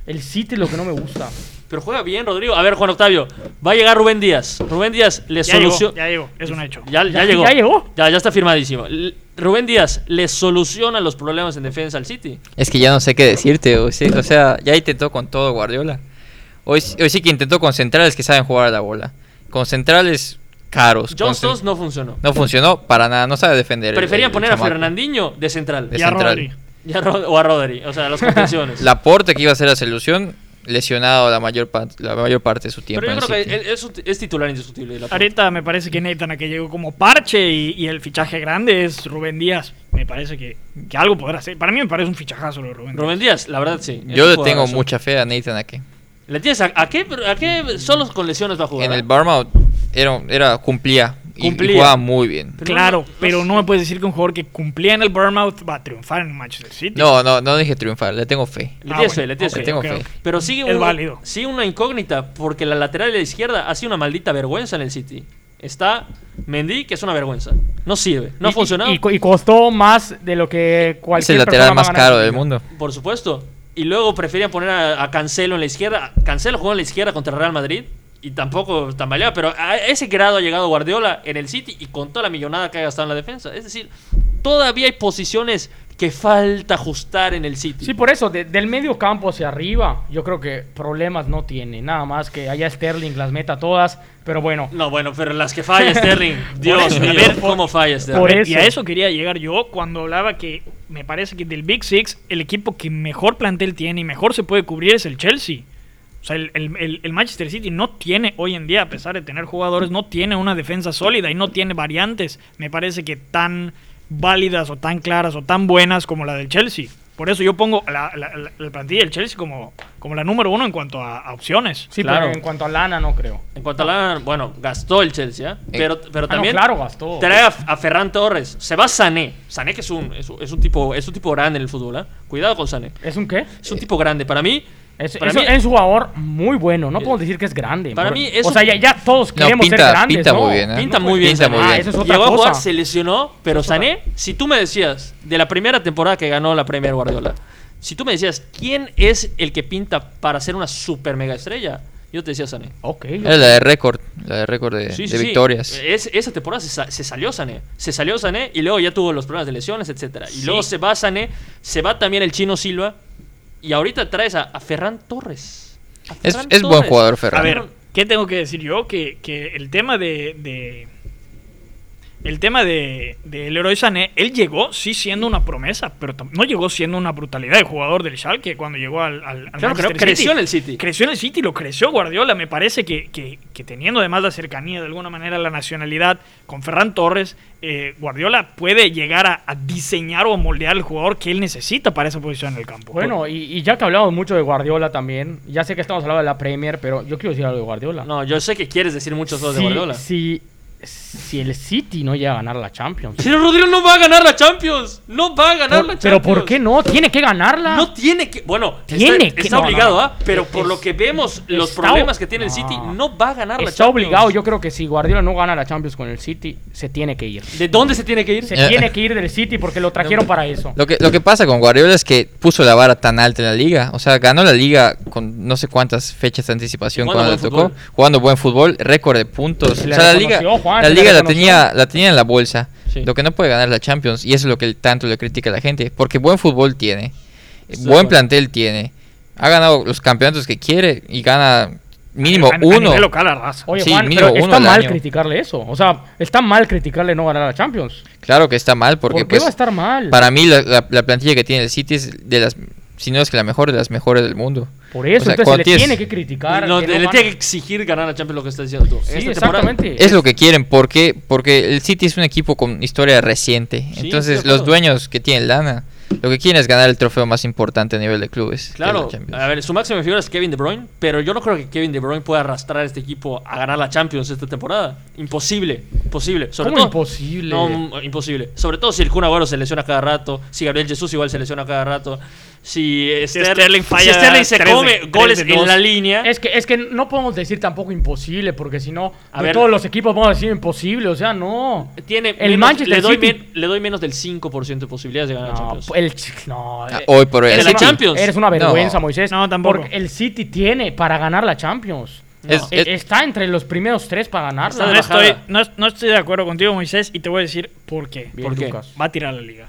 Speaker 2: El City es lo que no me gusta.
Speaker 1: Pero juega bien, Rodrigo. A ver, Juan Octavio. Va a llegar Rubén Díaz. Rubén Díaz le
Speaker 3: ya llegó,
Speaker 1: soluciona.
Speaker 3: ya llegó, es un hecho.
Speaker 1: Ya, ya
Speaker 2: Ya-
Speaker 1: llegó.
Speaker 2: ya llegó.
Speaker 1: Ya, ya está firmadísimo. L- Rubén Díaz le soluciona los problemas en defensa al City.
Speaker 4: Es que ya no sé qué decirte, o sea, o sea, ya intentó con todo Guardiola. Hoy, sí- hoy sí que intentó con centrales que saben jugar a la bola. Con centrales caros.
Speaker 1: John
Speaker 4: con cen-
Speaker 1: Stones no funcionó.
Speaker 4: no funcionó para nada, no sabe defender. el-
Speaker 1: Preferían
Speaker 4: el
Speaker 1: poner a
Speaker 4: chamaco.
Speaker 1: Fernandinho de central.
Speaker 4: De
Speaker 3: Ya
Speaker 4: central.
Speaker 3: Rodri.
Speaker 1: Y a Rod- o a Rodri. O sea, las contenciones.
Speaker 4: Laporte, que iba a ser la solución, lesionado la mayor, pa- la mayor parte de su tiempo.
Speaker 1: Pero yo
Speaker 4: en el
Speaker 1: creo que
Speaker 4: City.
Speaker 1: él- él es, un- es titular indiscutible. Laporte.
Speaker 3: Ahorita me parece que Nathan a que llegó como parche y, y el fichaje grande es Rubén Díaz. Me parece que, que algo podrá hacer. Para mí me parece un fichajazo lo de Rubén Díaz.
Speaker 1: Rubén Díaz, la verdad sí. Es
Speaker 4: Yo
Speaker 1: un
Speaker 4: le tengo
Speaker 1: jugadorazo.
Speaker 4: mucha fe a Nathan Ake.
Speaker 1: ¿Le tienes a, a qué, a qué solos con lesiones va a jugar?
Speaker 4: En
Speaker 1: ah?
Speaker 4: el Barmouth era, era- cumplía, y-
Speaker 1: Cumplía.
Speaker 4: Y, jugaba muy bien.
Speaker 1: Pero
Speaker 3: Claro,
Speaker 1: no- no
Speaker 3: pero
Speaker 1: sé.
Speaker 3: no me puedes decir que un jugador que cumplía en el Bournemouth va a triunfar en el Manchester City.
Speaker 4: No, no, no dije triunfar, le tengo fe.
Speaker 1: Le
Speaker 3: Ah,
Speaker 1: tienes
Speaker 3: bueno,
Speaker 1: fe, le tienes
Speaker 3: ok,
Speaker 1: fe.
Speaker 4: tengo
Speaker 3: ok,
Speaker 4: fe.
Speaker 3: ok.
Speaker 1: Pero sigue
Speaker 3: Es
Speaker 1: un-
Speaker 3: válido.
Speaker 1: sigue una incógnita porque la lateral de la izquierda ha sido una maldita vergüenza en el City. Está Mendy, que es una vergüenza. No sirve, no
Speaker 2: Y-
Speaker 1: ha
Speaker 2: y-
Speaker 1: funcionado,
Speaker 2: Y, co- y costó más de lo que
Speaker 4: Es el
Speaker 2: cualquier
Speaker 4: lateral
Speaker 2: persona va a
Speaker 4: más
Speaker 2: ganar en
Speaker 4: caro
Speaker 2: su
Speaker 4: del
Speaker 2: vida.
Speaker 4: mundo.
Speaker 1: por supuesto. Y luego preferían poner a, a Cancelo en la izquierda. Cancelo jugó en la izquierda contra el Real Madrid y tampoco tambaleaba, pero a ese grado ha llegado Guardiola en el City y con toda la millonada que ha gastado en la defensa. Es decir, todavía hay posiciones que falta ajustar en el City.
Speaker 2: Sí, por eso, de- del medio campo hacia arriba, yo creo que problemas no tiene. Nada más que allá Sterling las meta todas, pero bueno.
Speaker 1: No, bueno, pero las que falla Sterling, Dios
Speaker 3: eso,
Speaker 1: mío,
Speaker 3: a ver, por-
Speaker 1: cómo falla Sterling.
Speaker 2: por
Speaker 3: A ver, Y
Speaker 2: eso.
Speaker 3: a eso quería llegar yo cuando hablaba que me parece que del Big Six, el equipo que mejor plantel tiene y mejor se puede cubrir es el Chelsea. O sea, el, el- el- el Manchester City no tiene hoy en día, a pesar de tener jugadores, no tiene una defensa sólida y no tiene variantes, me parece que tan válidas o tan claras o tan buenas como la del Chelsea. Por eso yo pongo la, la- la- la plantilla del Chelsea como, como la número uno en cuanto a, a opciones.
Speaker 2: Sí,
Speaker 1: Claro.
Speaker 2: pero en cuanto a lana, no creo.
Speaker 1: En cuanto a la, bueno, gastó el Chelsea, ¿eh? pero, pero
Speaker 2: Ah, no,
Speaker 1: también
Speaker 2: claro, gastó.
Speaker 1: trae a, a Ferran Torres, se va Sané, Sané que es un, es, un- es un tipo es un tipo grande en el fútbol, ¿eh? cuidado con Sané,
Speaker 2: ¿Es un qué?
Speaker 1: es un tipo grande para mí,
Speaker 2: Es,
Speaker 1: para
Speaker 2: es-
Speaker 1: mí,
Speaker 2: es un jugador muy bueno. No podemos decir que es grande.
Speaker 1: Para
Speaker 2: Por-
Speaker 1: mí es
Speaker 2: O sea,
Speaker 1: un-
Speaker 2: ya, ya todos
Speaker 4: No,
Speaker 2: queremos ser
Speaker 4: pinta,
Speaker 2: grandes,
Speaker 4: pinta
Speaker 2: ¿no?
Speaker 4: muy bien. ¿eh?
Speaker 1: pinta muy bien
Speaker 4: Pinta
Speaker 1: Sané.
Speaker 4: muy
Speaker 2: Ah,
Speaker 4: bien.
Speaker 2: eso es otra
Speaker 1: llegó a
Speaker 2: cosa.
Speaker 1: jugar, se lesionó, pero Sané, si tú me decías de la primera temporada que ganó la Premier Guardiola, si tú me decías quién es el que pinta para ser una super mega estrella, yo te decía Sané.
Speaker 2: Ok.
Speaker 4: Era la de récord, la de récord de,
Speaker 1: Sí,
Speaker 4: de
Speaker 1: sí, Eh, sí.
Speaker 4: victorias.
Speaker 1: Es- esa temporada se, sa- se salió Sané. Se salió Sané y luego ya tuvo los problemas de lesiones, etcétera. Y luego se va Sané, se va también el chino Silva. Y ahorita traes a, a Ferran Torres. A
Speaker 4: Es-
Speaker 1: Ferran
Speaker 4: es buen jugador, Ferran.
Speaker 3: A ver, ¿qué tengo que decir yo? Que, que el tema de, de- el tema de, de Leroy Sané, él llegó sí siendo una promesa, pero tam- no llegó siendo una brutalidad de jugador del Schalke cuando llegó al, al, al
Speaker 1: Claro,
Speaker 3: Manchester
Speaker 1: creo- creció
Speaker 3: City.
Speaker 1: en el City.
Speaker 3: Creció en el City, lo creció Guardiola. Me parece que, que- que teniendo además la cercanía, de alguna manera, la nacionalidad con Ferran Torres, eh, Guardiola puede llegar a, a diseñar o a moldear el jugador que él necesita para esa posición en el campo.
Speaker 2: Bueno, y, y ya que hablamos mucho de Guardiola también, ya sé que estamos hablando de la Premier, pero yo quiero decir algo de Guardiola.
Speaker 1: No, yo sé que quieres decir muchas cosas
Speaker 2: Si-
Speaker 1: de Guardiola.
Speaker 2: Si, si el City no llega a ganar la Champions.
Speaker 1: Pero Rodrigo no va a ganar la Champions. No va a ganar
Speaker 2: Por-
Speaker 1: la Champions.
Speaker 2: pero ¿por qué no? Tiene que ganarla.
Speaker 1: No tiene que. Bueno,
Speaker 2: Tiene
Speaker 1: está,
Speaker 2: que-
Speaker 1: está
Speaker 2: no,
Speaker 1: obligado,
Speaker 2: no, no.
Speaker 1: ¿ah? Pero por
Speaker 2: Es-
Speaker 1: lo que vemos, los
Speaker 2: está-
Speaker 1: problemas que tiene el
Speaker 2: no.
Speaker 1: City, no va a ganar la Champions.
Speaker 2: Está obligado. Yo creo que si Guardiola no gana la Champions con el City, se tiene que ir.
Speaker 1: ¿De dónde se tiene que ir?
Speaker 2: Se
Speaker 4: Eh.
Speaker 2: tiene que ir del City porque lo trajeron para eso.
Speaker 4: Lo que, lo que pasa con Guardiola es que puso la vara tan alta en la liga. O sea, ganó la liga con no sé cuántas fechas de anticipación
Speaker 1: Jugando
Speaker 4: cuando le
Speaker 1: buen
Speaker 4: tocó.
Speaker 1: fútbol.
Speaker 4: Jugando buen fútbol, récord de puntos.
Speaker 2: Se
Speaker 4: o
Speaker 2: le
Speaker 4: sea, la liga,
Speaker 2: reconoció, Juan,
Speaker 4: la,
Speaker 2: se le
Speaker 4: liga la,
Speaker 2: reconoció.
Speaker 4: tenía, la tenía en la bolsa.
Speaker 1: Sí.
Speaker 4: Lo que no puede ganar la Champions. Y eso es lo que tanto le critica a la gente. Porque buen fútbol tiene.
Speaker 1: Estoy de
Speaker 4: buen
Speaker 1: acuerdo.
Speaker 4: plantel tiene. Ha ganado los campeonatos que quiere y gana mínimo
Speaker 3: A- a
Speaker 4: uno.
Speaker 3: nivel local arrasa.
Speaker 2: Oye,
Speaker 4: Sí,
Speaker 2: Juan,
Speaker 4: mínimo
Speaker 2: pero
Speaker 4: uno
Speaker 2: está
Speaker 4: al
Speaker 2: mal
Speaker 4: año.
Speaker 2: criticarle eso. O sea, está mal criticarle no ganar la Champions.
Speaker 4: Claro que está mal porque
Speaker 2: ¿Por qué
Speaker 4: pues,
Speaker 2: va a estar mal?
Speaker 4: para mí la, la- la plantilla que tiene el City es de las, si no es que la mejor, de las mejores del mundo.
Speaker 2: Por eso,
Speaker 4: o sea,
Speaker 2: entonces se
Speaker 4: cuando
Speaker 2: le
Speaker 4: tienes-
Speaker 2: tiene que criticar.
Speaker 1: No,
Speaker 2: que
Speaker 1: le
Speaker 2: no gana.
Speaker 1: tiene que exigir ganar la Champions, lo que estás diciendo tú.
Speaker 2: Sí,
Speaker 1: Esta temporada.
Speaker 2: exactamente.
Speaker 4: Es lo que quieren, ¿por qué? Porque el City es un equipo con historia reciente.
Speaker 1: Sí,
Speaker 4: Entonces,
Speaker 1: estoy de
Speaker 4: los
Speaker 1: acuerdo.
Speaker 4: dueños que tienen lana, lo que quieren es ganar el trofeo más importante a nivel de clubes. que es la
Speaker 1: Claro,
Speaker 4: Champions.
Speaker 1: a ver, su máxima figura es Kevin De Bruyne, pero yo no creo que Kevin De Bruyne pueda arrastrar a este equipo a ganar la Champions esta temporada. Imposible, imposible. Sobre
Speaker 2: ¿Cómo
Speaker 1: todo,
Speaker 2: imposible?
Speaker 1: No, mm, imposible. Sobre todo si el Kun Agüero se lesiona cada rato, si Gabriel Jesús igual se lesiona cada rato, si Sterling,
Speaker 3: Sterling falla
Speaker 1: si Sterling se
Speaker 3: tres de-
Speaker 1: come
Speaker 3: tres
Speaker 1: goles
Speaker 3: de dos.
Speaker 1: en la línea.
Speaker 2: Es que, es que no podemos decir tampoco imposible, porque si no,
Speaker 1: A
Speaker 2: de
Speaker 1: ver. Eh,
Speaker 2: todos los equipos vamos a decir imposible, o sea, no.
Speaker 1: tiene
Speaker 2: el
Speaker 1: menos-
Speaker 2: Manchester
Speaker 1: le doy,
Speaker 2: City- pues,
Speaker 1: men- le doy menos del 5% de posibilidades de ganar la
Speaker 2: No,
Speaker 1: Champions.
Speaker 2: el ch- no,
Speaker 4: Ah,
Speaker 2: eh,
Speaker 4: Hoy por hoy.
Speaker 1: de
Speaker 4: el
Speaker 1: la
Speaker 4: City.
Speaker 1: Champions.
Speaker 2: eres una vergüenza,
Speaker 4: No.
Speaker 2: Moisés.
Speaker 3: No, tampoco.
Speaker 2: Porque el City tiene para ganar la Champions.
Speaker 4: Es-
Speaker 1: No.
Speaker 4: es-
Speaker 2: E- Está entre los primeros tres para ganarla.
Speaker 1: Está
Speaker 3: No
Speaker 1: de bajada.
Speaker 3: estoy, no, no estoy de acuerdo contigo, Moisés, y te voy a decir por qué.
Speaker 2: Bien,
Speaker 1: ¿por qué?
Speaker 2: Lucas.
Speaker 3: Va a tirar la liga.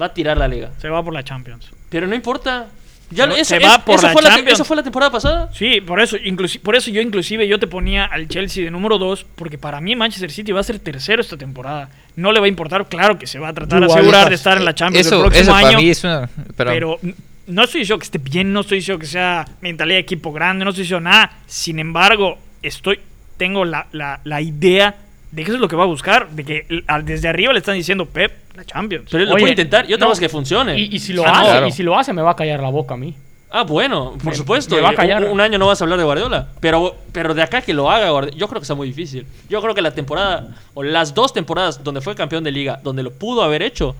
Speaker 1: Va a tirar la liga.
Speaker 3: Se va por la Champions.
Speaker 1: Pero no importa. Ya
Speaker 3: No,
Speaker 1: lo- eso,
Speaker 3: se va
Speaker 1: es-
Speaker 3: por
Speaker 1: eso
Speaker 3: la
Speaker 1: fue la te-
Speaker 3: Champions.
Speaker 1: eso fue la temporada pasada.
Speaker 3: Sí, por eso, inclusi- por eso yo inclusive yo te ponía al Chelsea de número 2, porque para mí Manchester City va a ser tercero esta temporada. No le va a importar, claro que se va a tratar de
Speaker 2: Igual,
Speaker 3: asegurar
Speaker 2: Lucas.
Speaker 3: de estar en la Champions
Speaker 4: eso,
Speaker 3: el próximo
Speaker 4: eso para
Speaker 3: año.
Speaker 4: mí es una. perdón.
Speaker 3: pero n- no estoy diciendo que esté bien, no estoy diciendo que sea mentalidad de equipo grande, no estoy diciendo nada. Sin embargo, estoy, tengo la, la- la idea de que eso es lo que va a buscar, de que l- al- desde arriba le están diciendo Pep, la Champions.
Speaker 1: Pero él lo
Speaker 2: Oye,
Speaker 1: puede intentar. Yo
Speaker 2: no.
Speaker 1: tengo que funcione.
Speaker 2: Y, y si lo
Speaker 1: Ah,
Speaker 2: hace,
Speaker 1: no.
Speaker 4: claro.
Speaker 2: y si lo hace, me va a callar la boca a mí.
Speaker 1: Ah, bueno, por
Speaker 2: Me-
Speaker 1: supuesto.
Speaker 2: me va a
Speaker 1: eh,
Speaker 2: callar.
Speaker 1: Un, un año no vas a hablar de Guardiola. Pero, pero de acá que lo haga Guardiola, yo creo que está muy difícil. Yo creo que la temporada, o las dos temporadas donde fue campeón de liga, donde lo pudo haber hecho,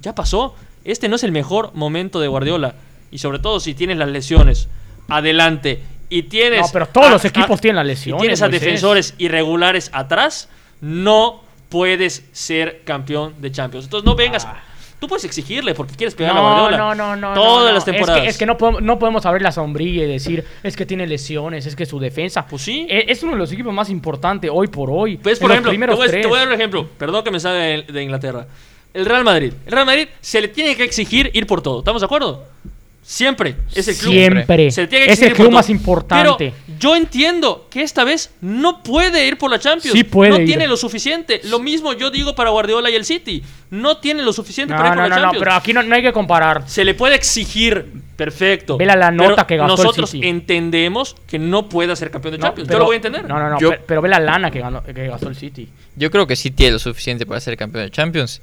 Speaker 1: ya pasó. Este no es el mejor momento de Guardiola. Y sobre todo si tienes las lesiones adelante y tienes...
Speaker 2: No, pero todos
Speaker 1: a-
Speaker 2: los equipos
Speaker 1: a-
Speaker 2: tienen las
Speaker 1: Y
Speaker 2: lesiones.
Speaker 1: tienes a
Speaker 2: Moisés.
Speaker 1: defensores irregulares atrás, no puedes ser campeón de Champions. Entonces no vengas...
Speaker 2: Ah.
Speaker 1: Tú puedes exigirle porque quieres pegar a
Speaker 2: No,
Speaker 1: Guardiola.
Speaker 2: no, no, no.
Speaker 1: Todas
Speaker 2: no, no.
Speaker 1: las temporadas.
Speaker 2: Es que, es que no, podemos, no podemos abrir la sombrilla y decir, es que tiene lesiones, es que su defensa.
Speaker 1: Pues sí.
Speaker 2: E- Es, uno de los equipos más importantes hoy por hoy.
Speaker 1: Pues,
Speaker 2: En
Speaker 1: por
Speaker 2: los
Speaker 1: ejemplo, te
Speaker 2: primeros
Speaker 1: voy, a- te
Speaker 2: tres.
Speaker 1: voy a dar un ejemplo. Perdón que me salga de, de Inglaterra. El Real Madrid. El Real Madrid se le tiene que exigir ir por todo. ¿Estamos de acuerdo? Siempre. Es el club.
Speaker 2: Siempre.
Speaker 1: Se le tiene que
Speaker 2: es el
Speaker 1: exigir por
Speaker 2: club
Speaker 1: todo.
Speaker 2: más importante.
Speaker 1: Pero yo entiendo que esta vez no puede ir por la Champions.
Speaker 2: Sí puede
Speaker 1: No
Speaker 2: ir.
Speaker 1: tiene lo suficiente. Lo mismo yo digo para Guardiola y el City. No tiene lo suficiente para
Speaker 2: no,
Speaker 1: ir por la
Speaker 2: no, no, no,
Speaker 1: Champions.
Speaker 2: pero aquí no, no hay que comparar.
Speaker 1: Se le puede exigir. Perfecto.
Speaker 2: Vela la nota que gastó el
Speaker 1: Nosotros
Speaker 2: City.
Speaker 1: entendemos que no puede ser campeón de
Speaker 2: No,
Speaker 1: Champions.
Speaker 2: pero-
Speaker 1: yo lo voy a entender.
Speaker 2: No, no, no.
Speaker 4: Yo-
Speaker 2: Pero, pero ve la lana que, ganó, que gastó el City.
Speaker 4: Yo creo que sí tiene lo suficiente para ser campeón de Champions.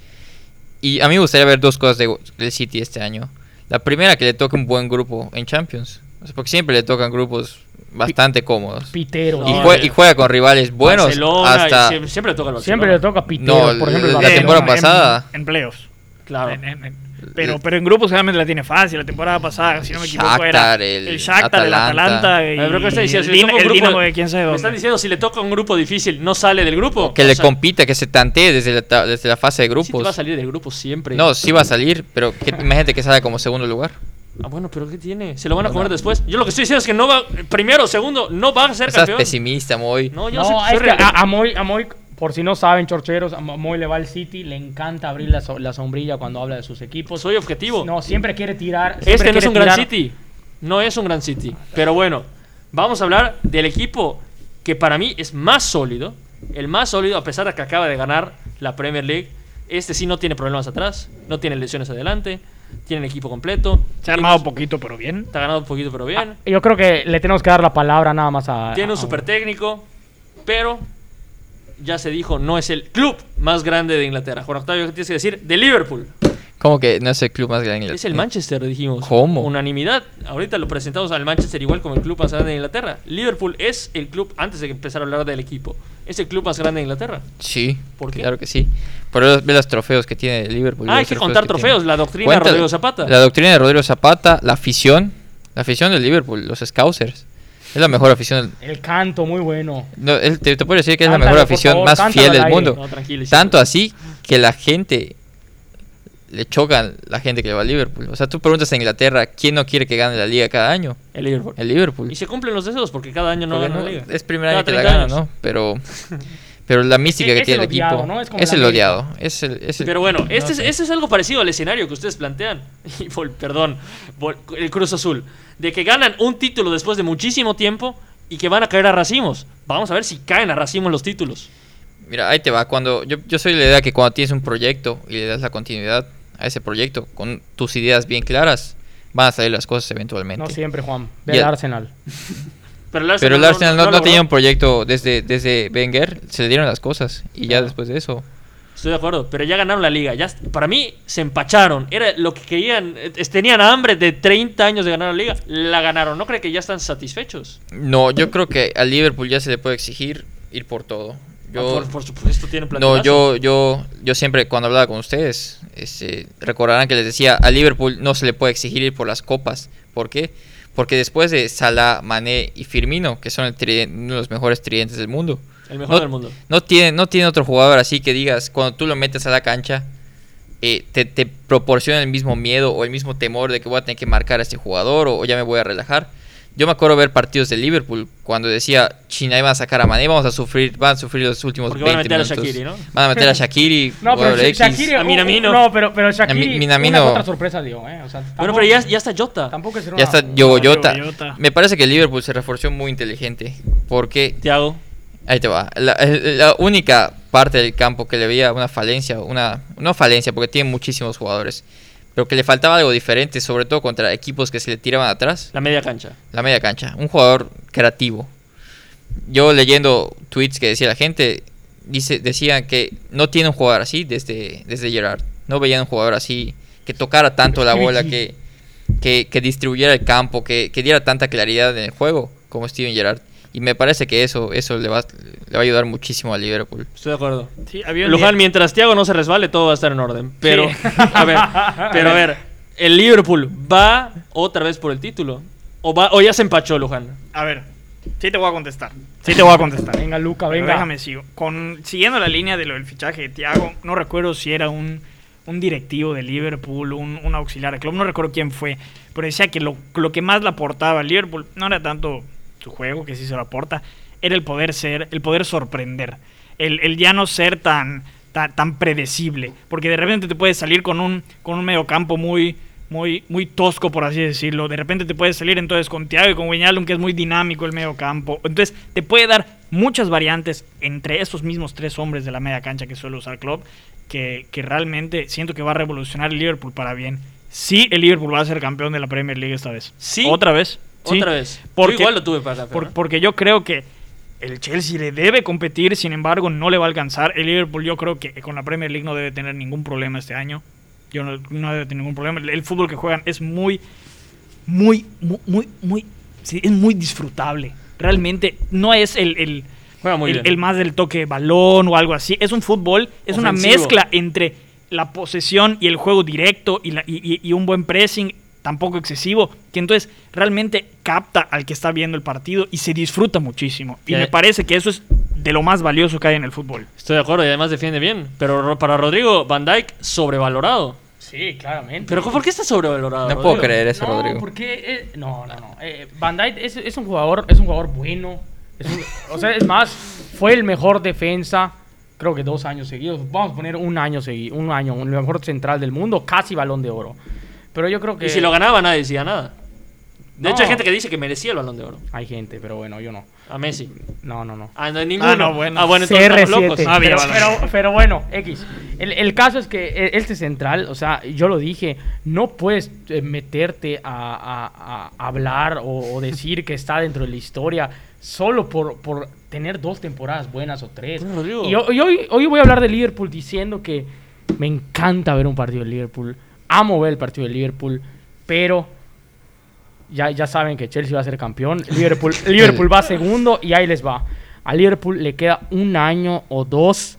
Speaker 4: Y a mí me gustaría ver dos cosas de- del City este año. La primera, que le toque un buen grupo en Champions. O sea, porque siempre le tocan grupos bastante cómodos.
Speaker 2: Piteros.
Speaker 4: y,
Speaker 1: No,
Speaker 4: jue-
Speaker 1: eh,
Speaker 4: y juega con rivales buenos.
Speaker 1: Barcelona,
Speaker 4: hasta
Speaker 1: sie- siempre le toca al Barcelona.
Speaker 2: Siempre le toca piteros.
Speaker 4: No,
Speaker 2: por ejemplo, el
Speaker 4: la
Speaker 3: Pero
Speaker 2: Barcelona.
Speaker 4: temporada
Speaker 3: en-
Speaker 4: pasada.
Speaker 3: En, playoffs.
Speaker 1: Claro.
Speaker 3: En- en- en- pero, pero en grupos generalmente la tiene fácil. La temporada pasada, si no me equivoco,
Speaker 4: Shakhtar,
Speaker 3: era
Speaker 4: el
Speaker 3: Shakhtar, el
Speaker 4: Atalanta.
Speaker 3: Atalanta y
Speaker 1: A ver, creo que está diciendo,
Speaker 3: el,
Speaker 1: si le toca
Speaker 3: Din-
Speaker 1: un
Speaker 3: el
Speaker 1: grupo-
Speaker 3: Dinamo de quién sabe
Speaker 1: Me
Speaker 3: dónde.
Speaker 1: están diciendo si le toca un grupo difícil, no sale del grupo.
Speaker 4: que
Speaker 1: O
Speaker 4: le
Speaker 1: sea,
Speaker 4: compita, que se tantee desde la, ta- desde la fase de
Speaker 1: sí te va a
Speaker 4: grupos.
Speaker 1: salir del grupo siempre.
Speaker 4: no, sí va a salir, pero que, imagínate que salga como segundo lugar.
Speaker 1: Ah, bueno, pero ¿qué tiene? Se lo van a comer después. Yo lo que estoy diciendo es que no va. Primero, segundo, no va a ser
Speaker 4: Estás
Speaker 1: campeón.
Speaker 4: pesimista, muy.
Speaker 1: No, yo
Speaker 2: No, Ah,
Speaker 1: soy- soy
Speaker 2: es que
Speaker 1: realista.
Speaker 2: a, a Moy, a Moy, por si no saben, chorcheros, a Moy le va al City, le encanta abrir la, so- la sombrilla cuando habla de sus equipos.
Speaker 1: pues soy objetivo.
Speaker 2: No, siempre quiere tirar. siempre
Speaker 1: este no es
Speaker 2: quiere
Speaker 1: un gran
Speaker 2: tirar-
Speaker 1: City. No es un gran City. Pero bueno, vamos a hablar del equipo que para mí es más sólido. El más sólido, a pesar de que acaba de ganar la Premier League. Este sí no tiene problemas atrás, no tiene lesiones adelante, tiene el equipo completo.
Speaker 3: Se ha armado
Speaker 1: Tiene-
Speaker 3: poquito, pero bien.
Speaker 1: Está ganado un poquito, pero bien.
Speaker 2: Ah, Yo creo que le tenemos que dar la palabra nada más a.
Speaker 1: Tiene
Speaker 2: a-
Speaker 1: un super técnico, pero ya se dijo, no es el club más grande de Inglaterra. Juan Octavio, ¿qué tienes que decir? De Liverpool.
Speaker 4: Como que no es el club más grande.
Speaker 1: Es el Manchester, dijimos.
Speaker 4: ¿Cómo?
Speaker 1: Unanimidad. Ahorita lo presentamos al Manchester igual como el club más grande de Inglaterra. Liverpool es el club, antes de empezar a hablar del equipo, es el club más grande de Inglaterra.
Speaker 4: Sí,
Speaker 1: ¿Por qué?
Speaker 4: claro que sí. Por eso ve los trofeos que tiene el Liverpool.
Speaker 1: Ah,
Speaker 4: los
Speaker 1: hay que contar
Speaker 4: tiene.
Speaker 1: trofeos, la doctrina de Rodrigo Zapata.
Speaker 4: La doctrina de Rodrigo Zapata, la afición, la afición del Liverpool, los Scousers. Es la mejor afición.
Speaker 2: El canto, muy bueno.
Speaker 4: no, él- te, te puedo decir que es la
Speaker 2: Cántalo,
Speaker 4: mejor
Speaker 2: por
Speaker 4: afición
Speaker 2: favor,
Speaker 4: más
Speaker 2: cántalo
Speaker 4: fiel
Speaker 2: al
Speaker 4: del
Speaker 2: aire.
Speaker 4: mundo.
Speaker 1: No, tranquilo, Isito.
Speaker 4: Tanto así que la gente le choca la gente que le va al Liverpool. O sea, tú preguntas en Inglaterra quién no quiere que gane la liga cada año.
Speaker 1: El Liverpool.
Speaker 4: El Liverpool.
Speaker 1: Y se cumplen los deseos porque cada año no
Speaker 4: Porque
Speaker 1: gana
Speaker 4: no-
Speaker 1: la liga.
Speaker 4: Es primer año
Speaker 1: Cada
Speaker 4: que la
Speaker 1: 30
Speaker 4: gana,
Speaker 1: años.
Speaker 4: ¿no? Pero, pero la mística
Speaker 2: Es-
Speaker 4: que
Speaker 2: es
Speaker 4: tiene
Speaker 2: el
Speaker 4: el, equipo
Speaker 2: odiado, ¿no? Es como la
Speaker 4: el
Speaker 2: América.
Speaker 4: odiado. Es el, es el-
Speaker 1: Pero bueno, este,
Speaker 4: no
Speaker 1: es,
Speaker 4: sé.
Speaker 1: este es algo parecido al escenario que ustedes plantean. Y vol- perdón, vol- el Cruz Azul. De que ganan un título después de muchísimo tiempo y que van a caer a racimos. Vamos a ver si caen a racimos los títulos.
Speaker 4: Mira, ahí te va. Cuando yo, yo soy de la idea que cuando tienes un proyecto y le das la continuidad a ese proyecto con tus ideas bien claras, van a salir las cosas eventualmente.
Speaker 2: No siempre, Juan.
Speaker 4: Y
Speaker 2: Del
Speaker 4: el-
Speaker 2: Arsenal.
Speaker 1: Pero el Arsenal,
Speaker 4: Pero el
Speaker 1: no-
Speaker 4: Arsenal no,
Speaker 1: no
Speaker 4: no
Speaker 1: logró.
Speaker 4: tenía un proyecto desde, desde Wenger, se le dieron las cosas y ya
Speaker 1: Claro.
Speaker 4: después de eso.
Speaker 1: Estoy de acuerdo, pero ya ganaron la liga. Ya, para mí se empacharon. Era lo que querían. eh, Tenían hambre de 30 años de ganar la liga. La ganaron. ¿No cree que ya están satisfechos?
Speaker 4: No, yo creo que al Liverpool ya se le puede exigir ir por todo.
Speaker 2: Ah,
Speaker 4: Yo,
Speaker 1: Ah, por, por supuesto tienen
Speaker 4: No,
Speaker 1: plantelazo.
Speaker 4: yo, yo, yo siempre cuando hablaba con ustedes, este, recordarán que les decía, a Liverpool no se le puede exigir ir por las copas. ¿Por qué? Porque después de Salah, Mané y Firmino, que son el tridente- uno de los mejores tridentes del mundo,
Speaker 1: El mejor
Speaker 4: no-
Speaker 1: del mundo.
Speaker 4: no tiene, no tiene otro jugador así que digas, cuando tú lo metes a la cancha, eh, te, te proporciona el mismo miedo o el mismo temor de que voy a tener que marcar a este jugador o, o ya me voy a relajar. Yo me acuerdo ver partidos de Liverpool cuando decía, China, ahí van a sacar a Mané, vamos a sufrir, van a sufrir los últimos
Speaker 1: Porque van
Speaker 4: 20
Speaker 1: a meter a
Speaker 4: minutos.
Speaker 1: Shaqiri, ¿no?
Speaker 4: Van a meter a Shaqiri,
Speaker 2: No, pero
Speaker 4: jugador
Speaker 2: Sha-
Speaker 4: X.
Speaker 2: Shaqiri. uh,
Speaker 1: A Minamino.
Speaker 2: No, pero, pero Shaqiri.
Speaker 4: Mi- Minamino.
Speaker 2: Una otra sorpresa dio, ¿eh? O sea,
Speaker 1: Bueno,
Speaker 2: tampoco-
Speaker 1: pero ya, ya está Jota.
Speaker 2: Tampoco es ser
Speaker 4: Ya
Speaker 2: una-
Speaker 4: está Yogoyota.
Speaker 3: Yogoyota.
Speaker 4: Me parece que el Liverpool se reforzó muy inteligente. Porque
Speaker 1: Tiago.
Speaker 4: Ahí te va. La, el- la única parte del campo que le veía una falencia, una no falencia, porque tiene muchísimos jugadores, pero que le faltaba algo diferente, sobre todo contra equipos que se le tiraban atrás,
Speaker 1: La media cancha.
Speaker 4: la media cancha. Un jugador creativo. Yo leyendo tweets que decía la gente, dice, decían que no tiene un jugador así desde, desde Gerard. No veían un jugador así que tocara tanto la bola, que, que, que distribuyera el campo, que, que diera tanta claridad en el juego como Steven Gerrard. Y me parece que eso, eso le, va, le va a ayudar muchísimo a Liverpool.
Speaker 1: Estoy de acuerdo.
Speaker 3: Sí, había un
Speaker 1: Luján,
Speaker 3: día-
Speaker 1: mientras Tiago no se resbale, todo va a estar en orden. Pero, a ver, pero a ver, el Liverpool va otra vez por el título. O, va, o ya se empachó Luján.
Speaker 3: A ver, sí te voy a contestar. Sí te voy a contestar.
Speaker 2: Venga, Luca,
Speaker 3: Pero
Speaker 2: venga.
Speaker 3: Déjame sigo. Con, siguiendo la línea de lo del fichaje de Thiago, no recuerdo si era un, un directivo de Liverpool, un, un auxiliar de club, no recuerdo quién fue, pero decía que lo, lo que más le aportaba al Liverpool no era tanto su juego, que sí se lo aporta, era el poder ser, el poder sorprender, el, el ya no ser tan, tan, tan predecible, porque de repente te puedes salir con un, con un mediocampo muy... Muy, muy tosco, por así decirlo. De repente te puedes salir entonces con Thiago y con Wijnaldum, que es muy dinámico el medio campo. Entonces te puede dar muchas variantes entre esos mismos tres hombres de la media cancha que suele usar Klopp, que, que realmente siento que va a revolucionar el Liverpool para bien. Sí, el Liverpool va a ser campeón de la Premier League esta vez.
Speaker 1: Sí.
Speaker 3: Otra vez. Sí.
Speaker 1: Otra vez.
Speaker 3: Porque,
Speaker 1: Yo igual lo tuve para acá.
Speaker 3: por- porque yo creo que el Chelsea le debe competir, sin embargo, no le va a alcanzar. El Liverpool yo creo que con la Premier League no debe tener ningún problema este año. Yo no, no debe tener ningún problema. El, el fútbol que juegan es muy, muy, muy, muy, muy- sí, es muy disfrutable. Realmente no es el, el-
Speaker 1: Juega muy
Speaker 3: el-
Speaker 1: bien.
Speaker 3: el más del toque de balón o algo así. Es un fútbol, es una
Speaker 1: Ofensivo.
Speaker 3: mezcla entre la posesión y el juego directo y, la- y- y- y un buen pressing tampoco excesivo, que entonces realmente capta al que está viendo el partido y se disfruta muchísimo. Y
Speaker 1: Ya-
Speaker 3: me parece que eso es de lo más valioso que hay en el fútbol.
Speaker 1: Estoy de acuerdo y además defiende bien. Pero ro- para Rodrigo, Van Dyke, sobrevalorado.
Speaker 2: Sí, claramente.
Speaker 1: Pero ¿por qué está sobrevalorado?
Speaker 4: No
Speaker 1: Rodrigo?
Speaker 4: puedo creer eso,
Speaker 2: no,
Speaker 4: Rodrigo.
Speaker 2: porque eh, no, no, no. Eh, Van Dijk es, es un jugador, es un jugador bueno. Es un- o sea, es más, fue el mejor defensa, creo que dos años seguidos. Vamos a poner un año seguido, un año, el mejor central del mundo, casi balón de oro. Pero yo creo que
Speaker 1: Y si lo ganaba, nadie decía nada. De
Speaker 2: No.
Speaker 1: hecho, hay gente que dice que merecía el balón de oro.
Speaker 2: hay gente, pero bueno, yo no.
Speaker 1: A Messi.
Speaker 2: No, no, no.
Speaker 1: Ah, no, ninguno.
Speaker 3: no, bueno.
Speaker 1: Ah, bueno, entonces estamos locos.
Speaker 2: CR7.
Speaker 3: Ah, bien.
Speaker 2: pero,
Speaker 3: vale.
Speaker 2: pero- pero bueno, X. El, el caso es que e- este central, o sea, yo lo dije, no puedes eh, meterte a, a- a hablar o, o decir que está dentro de la historia solo por, por tener dos temporadas buenas o tres.
Speaker 1: Bueno, Rodrigo.
Speaker 2: Y, ho- y hoy, hoy voy a hablar de Liverpool diciendo que me encanta ver un partido de Liverpool. Amo ver el partido de Liverpool, pero... Ya, ya saben que Chelsea va a ser campeón. Liverpool, Liverpool va segundo y ahí les va. A Liverpool le queda un año o dos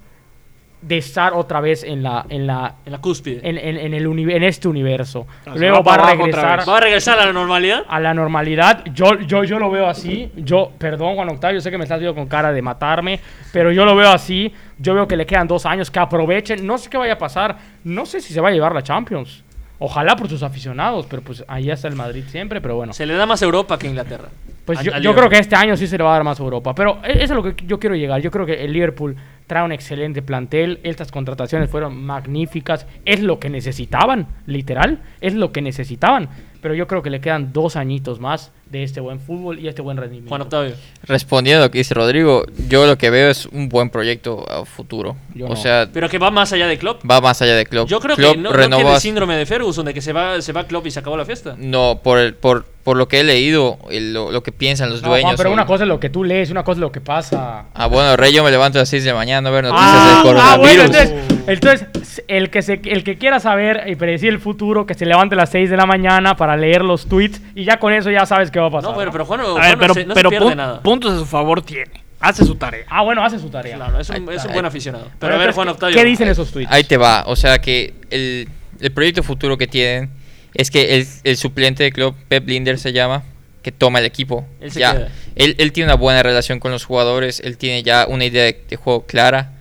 Speaker 2: de estar otra vez en la en la
Speaker 1: En la cúspide.
Speaker 2: en, en- en el uni- en este universo.
Speaker 3: sea,
Speaker 2: Luego
Speaker 3: va
Speaker 2: va
Speaker 3: para
Speaker 2: a
Speaker 3: abajo otra
Speaker 2: regresar
Speaker 1: ¿Va a regresar a la normalidad?
Speaker 2: a la normalidad. Yo, yo, yo lo veo así. Yo, perdón, Juan Octavio, sé que me estás viendo con cara de matarme, pero yo lo veo así. Yo veo que le quedan dos años, que aprovechen. No sé qué vaya a pasar. No sé si se va a llevar la Champions. Ojalá por sus aficionados, pero pues ahí está el Madrid siempre, pero bueno.
Speaker 1: Se le da más Europa que Inglaterra.
Speaker 2: Pues
Speaker 1: A-
Speaker 2: yo,
Speaker 1: al
Speaker 2: yo
Speaker 1: Liverpool.
Speaker 2: creo que este año sí se le va a dar más a Europa. Pero e- eso es lo que yo quiero llegar. Yo creo que el Liverpool trae un excelente plantel. Estas contrataciones fueron magníficas. Es lo que necesitaban, literal. Es lo que necesitaban. Pero yo creo que le quedan dos añitos más de este buen fútbol y este buen rendimiento.
Speaker 1: Juan Octavio.
Speaker 4: Respondiendo a lo que dice Rodrigo, yo lo que veo es un buen proyecto a futuro.
Speaker 2: Yo
Speaker 4: o
Speaker 2: no.
Speaker 4: sea,
Speaker 1: Pero que va más allá de Klopp.
Speaker 4: va más allá de Klopp.
Speaker 1: Yo creo
Speaker 4: Klopp
Speaker 1: que no, no
Speaker 4: renovó
Speaker 1: tiene el
Speaker 4: hasta-
Speaker 1: síndrome de Ferguson, de que se va, se va Klopp y se acabó la fiesta.
Speaker 4: No, por, el- por, por lo que he leído, el- lo, lo que piensan los
Speaker 2: No, Juan,
Speaker 4: dueños.
Speaker 2: pero una
Speaker 4: sobre-
Speaker 2: cosa es lo que tú lees, una cosa es lo que pasa.
Speaker 4: Ah, bueno, Rey, yo me levanto a las 6 de la mañana a ver noticias
Speaker 2: Ah,
Speaker 4: del
Speaker 2: ah, bueno,
Speaker 4: coronavirus.
Speaker 2: entonces, entonces, el, que se, el que quiera saber y predecir el futuro, que se levante a las 6 de la mañana para leer los tweets y ya con eso ya sabes qué va a pasar.
Speaker 1: No,
Speaker 2: ¿no?
Speaker 1: pero, pero Juan,
Speaker 3: A ver,
Speaker 1: Juan
Speaker 3: pero,
Speaker 1: se- no
Speaker 3: pero
Speaker 1: se pierde
Speaker 3: pun-
Speaker 1: nada.
Speaker 3: puntos a su favor tiene. Hace su tarea.
Speaker 2: Ah, bueno, hace su tarea.
Speaker 1: Claro, es
Speaker 4: Ahí
Speaker 1: un,
Speaker 4: está,
Speaker 1: es un
Speaker 4: ahí-
Speaker 1: buen aficionado. Pero, a ver,
Speaker 2: entonces,
Speaker 1: Juan Octavio.
Speaker 2: ¿Qué dicen esos tweets?
Speaker 4: Ahí te va. O sea que el, el proyecto futuro que tienen es que el, el suplente de club, Pep Linder se llama, que toma el equipo.
Speaker 1: Él se
Speaker 4: Ya.
Speaker 1: queda.
Speaker 4: Él, él tiene una buena relación con los jugadores, él tiene ya una idea de, de juego clara,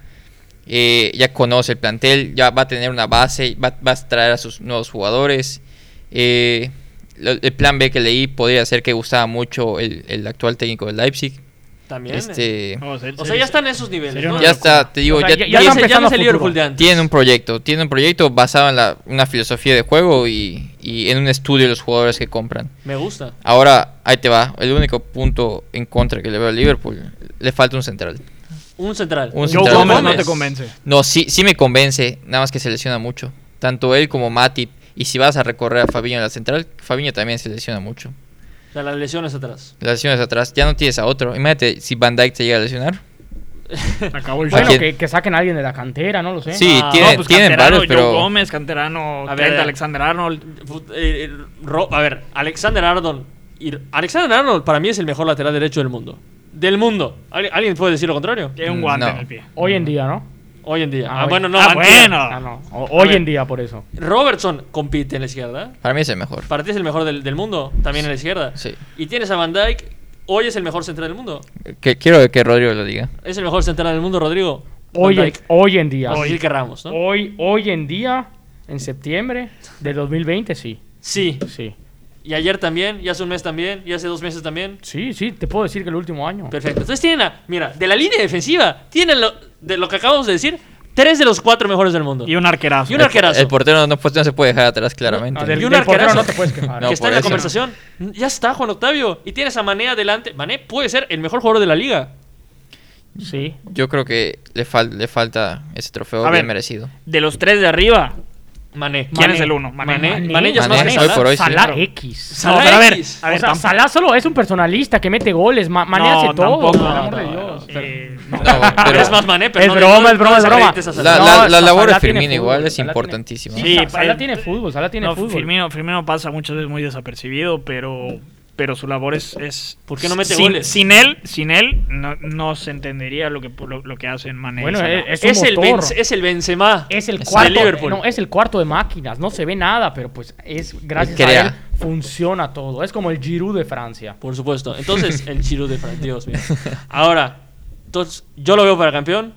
Speaker 4: eh, ya conoce el plantel, ya va a tener una base, va, va a traer a sus nuevos jugadores. Eh, lo- el plan B que leí podría ser que gustaba mucho el, el actual técnico del Leipzig.
Speaker 1: También. eh.
Speaker 4: Este,
Speaker 3: No, se-
Speaker 1: O
Speaker 3: se-
Speaker 1: sea, ya están en esos niveles.
Speaker 3: Sería
Speaker 1: ¿no?
Speaker 3: una
Speaker 4: ya
Speaker 1: Ya,
Speaker 4: está, te digo,
Speaker 2: O sea,
Speaker 4: ya,
Speaker 2: ya-
Speaker 1: ya
Speaker 2: ya
Speaker 1: no
Speaker 2: está
Speaker 1: es- ya no
Speaker 2: empezando
Speaker 1: es el
Speaker 2: futuro.
Speaker 1: Liverpool de antes.
Speaker 4: tiene un proyecto, tiene un proyecto basado en la- una filosofía de juego y, y en un estudio de los jugadores que compran.
Speaker 1: Me gusta.
Speaker 4: Ahora, ahí te va, el único punto en contra que le veo a Liverpool, le falta un central.
Speaker 1: Un central.
Speaker 4: Un
Speaker 3: Joe
Speaker 4: central.
Speaker 3: Gómez no
Speaker 1: Gómez.
Speaker 3: te convence.
Speaker 4: No, sí, sí me convence, nada más que se lesiona mucho, tanto él como Matip. Y si vas a recorrer a Fabiño en la central, Fabiño también se lesiona mucho.
Speaker 1: O sea, las lesiones atrás.
Speaker 4: Las lesiones atrás, ya no tienes a otro. Imagínate si Van Dijk te llega a lesionar.
Speaker 3: Acabó el
Speaker 2: Bueno,
Speaker 4: quién?
Speaker 2: que, que saquen a alguien de la cantera, no lo sé.
Speaker 4: Sí,
Speaker 1: Ah,
Speaker 4: tienen,
Speaker 3: No, pues,
Speaker 4: tienen
Speaker 3: canterano,
Speaker 4: varios, pero...
Speaker 3: Joe Gómez, canterano,
Speaker 1: A
Speaker 3: a
Speaker 1: ver, a ver.
Speaker 3: Alexander Arnold.
Speaker 1: Fut- eh, eh, Ro- a ver, Alexander Arnold. y- Alexander Arnold para mí es el mejor lateral derecho del mundo. Del mundo. ¿Al- ¿Alguien puede decir lo contrario?
Speaker 3: Tiene un guante
Speaker 4: No.
Speaker 3: en el pie.
Speaker 2: Hoy en día, ¿no?
Speaker 1: Hoy en día.
Speaker 2: Ah,
Speaker 1: Ah,
Speaker 2: hoy-
Speaker 1: bueno, no.
Speaker 3: ah,
Speaker 1: antes.
Speaker 3: bueno.
Speaker 2: Ah, no. O- hoy en día, por eso.
Speaker 1: Robertson compite en la izquierda.
Speaker 4: Para mí es el mejor.
Speaker 1: Para ti es el mejor del, del mundo, también en la izquierda.
Speaker 4: Sí.
Speaker 1: Y tienes a Van Dyke, hoy es el mejor central del mundo.
Speaker 4: Que, quiero que Rodrigo lo diga.
Speaker 1: Es el mejor central del mundo, Rodrigo.
Speaker 2: Hoy,
Speaker 1: Van
Speaker 2: en,
Speaker 1: Dijk.
Speaker 2: hoy en día.
Speaker 1: Vamos a
Speaker 2: Hoy,
Speaker 1: decir que Ramos, ¿no?
Speaker 2: hoy, en día, en septiembre de 2020, sí.
Speaker 1: Sí.
Speaker 2: Sí.
Speaker 1: Y ayer también, y hace un mes también, y hace dos meses también.
Speaker 2: Sí, sí, te puedo decir que el último año.
Speaker 1: Perfecto. Entonces tienen a, mira, de la línea defensiva, tienen lo, de lo que acabamos de decir, tres de los cuatro mejores del mundo.
Speaker 3: Y un arquerazo.
Speaker 1: Y un
Speaker 4: El-
Speaker 1: arquerazo.
Speaker 4: El portero no, pues, no se puede dejar atrás, claramente.
Speaker 2: No, del-
Speaker 1: Y un
Speaker 2: del portero
Speaker 1: arquerazo.
Speaker 2: no te puedes quejar.
Speaker 4: No,
Speaker 1: que está
Speaker 4: por
Speaker 1: en la
Speaker 4: eso.
Speaker 1: conversación. Ya está, Juan Octavio. Y tienes a Mané adelante. Mané puede ser el mejor jugador de la liga.
Speaker 2: Sí.
Speaker 4: Yo creo que le, fal- le falta ese trofeo
Speaker 3: A
Speaker 4: bien
Speaker 3: ver.
Speaker 4: merecido.
Speaker 3: De los tres de arriba,
Speaker 1: Mané.
Speaker 3: ¿quién
Speaker 2: Mané.
Speaker 3: es el uno?
Speaker 1: Mané. Mané,
Speaker 2: Mané.
Speaker 1: ya es
Speaker 4: Mané,
Speaker 1: más que
Speaker 4: hoy
Speaker 1: Salah.
Speaker 4: por hoy. sí.
Speaker 2: Salah X.
Speaker 1: Salah
Speaker 3: no, pero a ver,
Speaker 1: X.
Speaker 3: a ver,
Speaker 2: o sea,
Speaker 3: tam-
Speaker 2: Salah solo es un personalista que mete goles, ma Mané
Speaker 3: no,
Speaker 2: hace todo,
Speaker 3: tampoco,
Speaker 2: por el amor
Speaker 3: no,
Speaker 2: de
Speaker 3: no,
Speaker 2: Dios.
Speaker 3: no, eh, no.
Speaker 4: No, pero
Speaker 1: es más Mané, pero
Speaker 2: Es
Speaker 1: no le-
Speaker 2: broma,
Speaker 1: no-
Speaker 2: es broma,
Speaker 1: no
Speaker 2: es broma.
Speaker 1: desacredites a
Speaker 4: La,
Speaker 1: Salah.
Speaker 4: la- la
Speaker 2: Salah
Speaker 4: labor
Speaker 2: tiene
Speaker 4: de Firmino
Speaker 2: fútbol,
Speaker 4: igual es
Speaker 2: Salah tiene-
Speaker 4: importantísima.
Speaker 2: Sí, Sa- Salah
Speaker 3: eh,
Speaker 2: tiene fútbol, Salah tiene
Speaker 3: no,
Speaker 2: fútbol.
Speaker 3: Firmino, Firmino pasa muchas veces muy desapercibido, pero, pero su labor es, es.
Speaker 1: ¿Por qué no mete
Speaker 3: sin,
Speaker 1: goles?
Speaker 3: Sin él, sin él no, no se entendería lo que, lo, lo que hacen Mané. y
Speaker 2: Bueno,
Speaker 3: Salah.
Speaker 2: eh, es un
Speaker 1: Es el,
Speaker 2: motor.
Speaker 1: Benz- es el Benzema.
Speaker 2: Es el
Speaker 4: Es
Speaker 2: cuarto
Speaker 1: de Liverpool.
Speaker 2: No, es el cuarto de máquinas, no se ve nada, pero pues es gracias
Speaker 4: Crea.
Speaker 2: a él funciona todo. Es como el Giroud de Francia.
Speaker 1: Por supuesto. Entonces, el Giroud de Fran, Dios mío. Ahora, entonces, yo lo veo para campeón.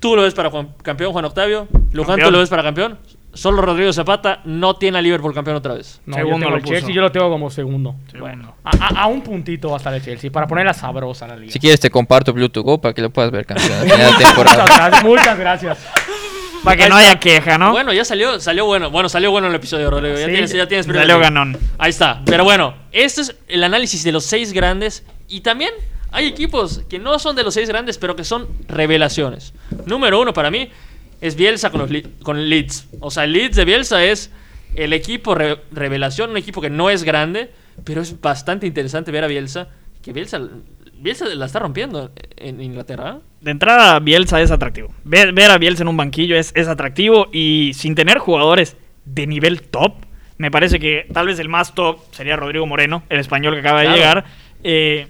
Speaker 1: Tú lo ves para Juan- campeón, Juan Octavio. Luján, tú
Speaker 3: Campeón.
Speaker 1: lo ves para campeón. Solo Rodrigo Zapata no tiene a Liverpool campeón otra vez.
Speaker 2: No,
Speaker 3: Segundo
Speaker 2: yo tengo
Speaker 3: lo
Speaker 2: el Chelsea,
Speaker 3: puso.
Speaker 2: yo lo tengo como segundo.
Speaker 3: Sí, bueno.
Speaker 2: A, a- a un puntito va a estar el Chelsea para ponerla sabrosa la liga.
Speaker 4: Si quieres te comparto Bluetooth Go para que lo puedas ver campeón al final de
Speaker 2: muchas,
Speaker 4: temporada.
Speaker 2: gracias, muchas gracias.
Speaker 3: Para que no haya queja, ¿no?
Speaker 1: Bueno, ya salió, salió bueno. Bueno, salió bueno el episodio, Rodrigo. Ya
Speaker 3: Sí,
Speaker 1: tienes, ya tienes Premier
Speaker 3: salió
Speaker 1: League.
Speaker 3: ganón.
Speaker 1: Ahí está. Pero bueno, este es el análisis de los seis grandes. Y también Hay equipos que no son de los seis grandes, pero que son revelaciones. Número uno para mí es Bielsa con, los Le- con Leeds. O sea, el Leeds de Bielsa es el equipo re- revelación, un equipo que no es grande, pero es bastante interesante ver a Bielsa. Que Bielsa, Bielsa la está rompiendo en Inglaterra. ¿eh?
Speaker 3: De entrada, Bielsa es atractivo. Ver, ver a Bielsa en un banquillo es, es atractivo y sin tener jugadores de nivel top, me parece que tal vez el más top sería Rodrigo Moreno, el español que acaba de
Speaker 1: Claro.
Speaker 3: llegar. Eh,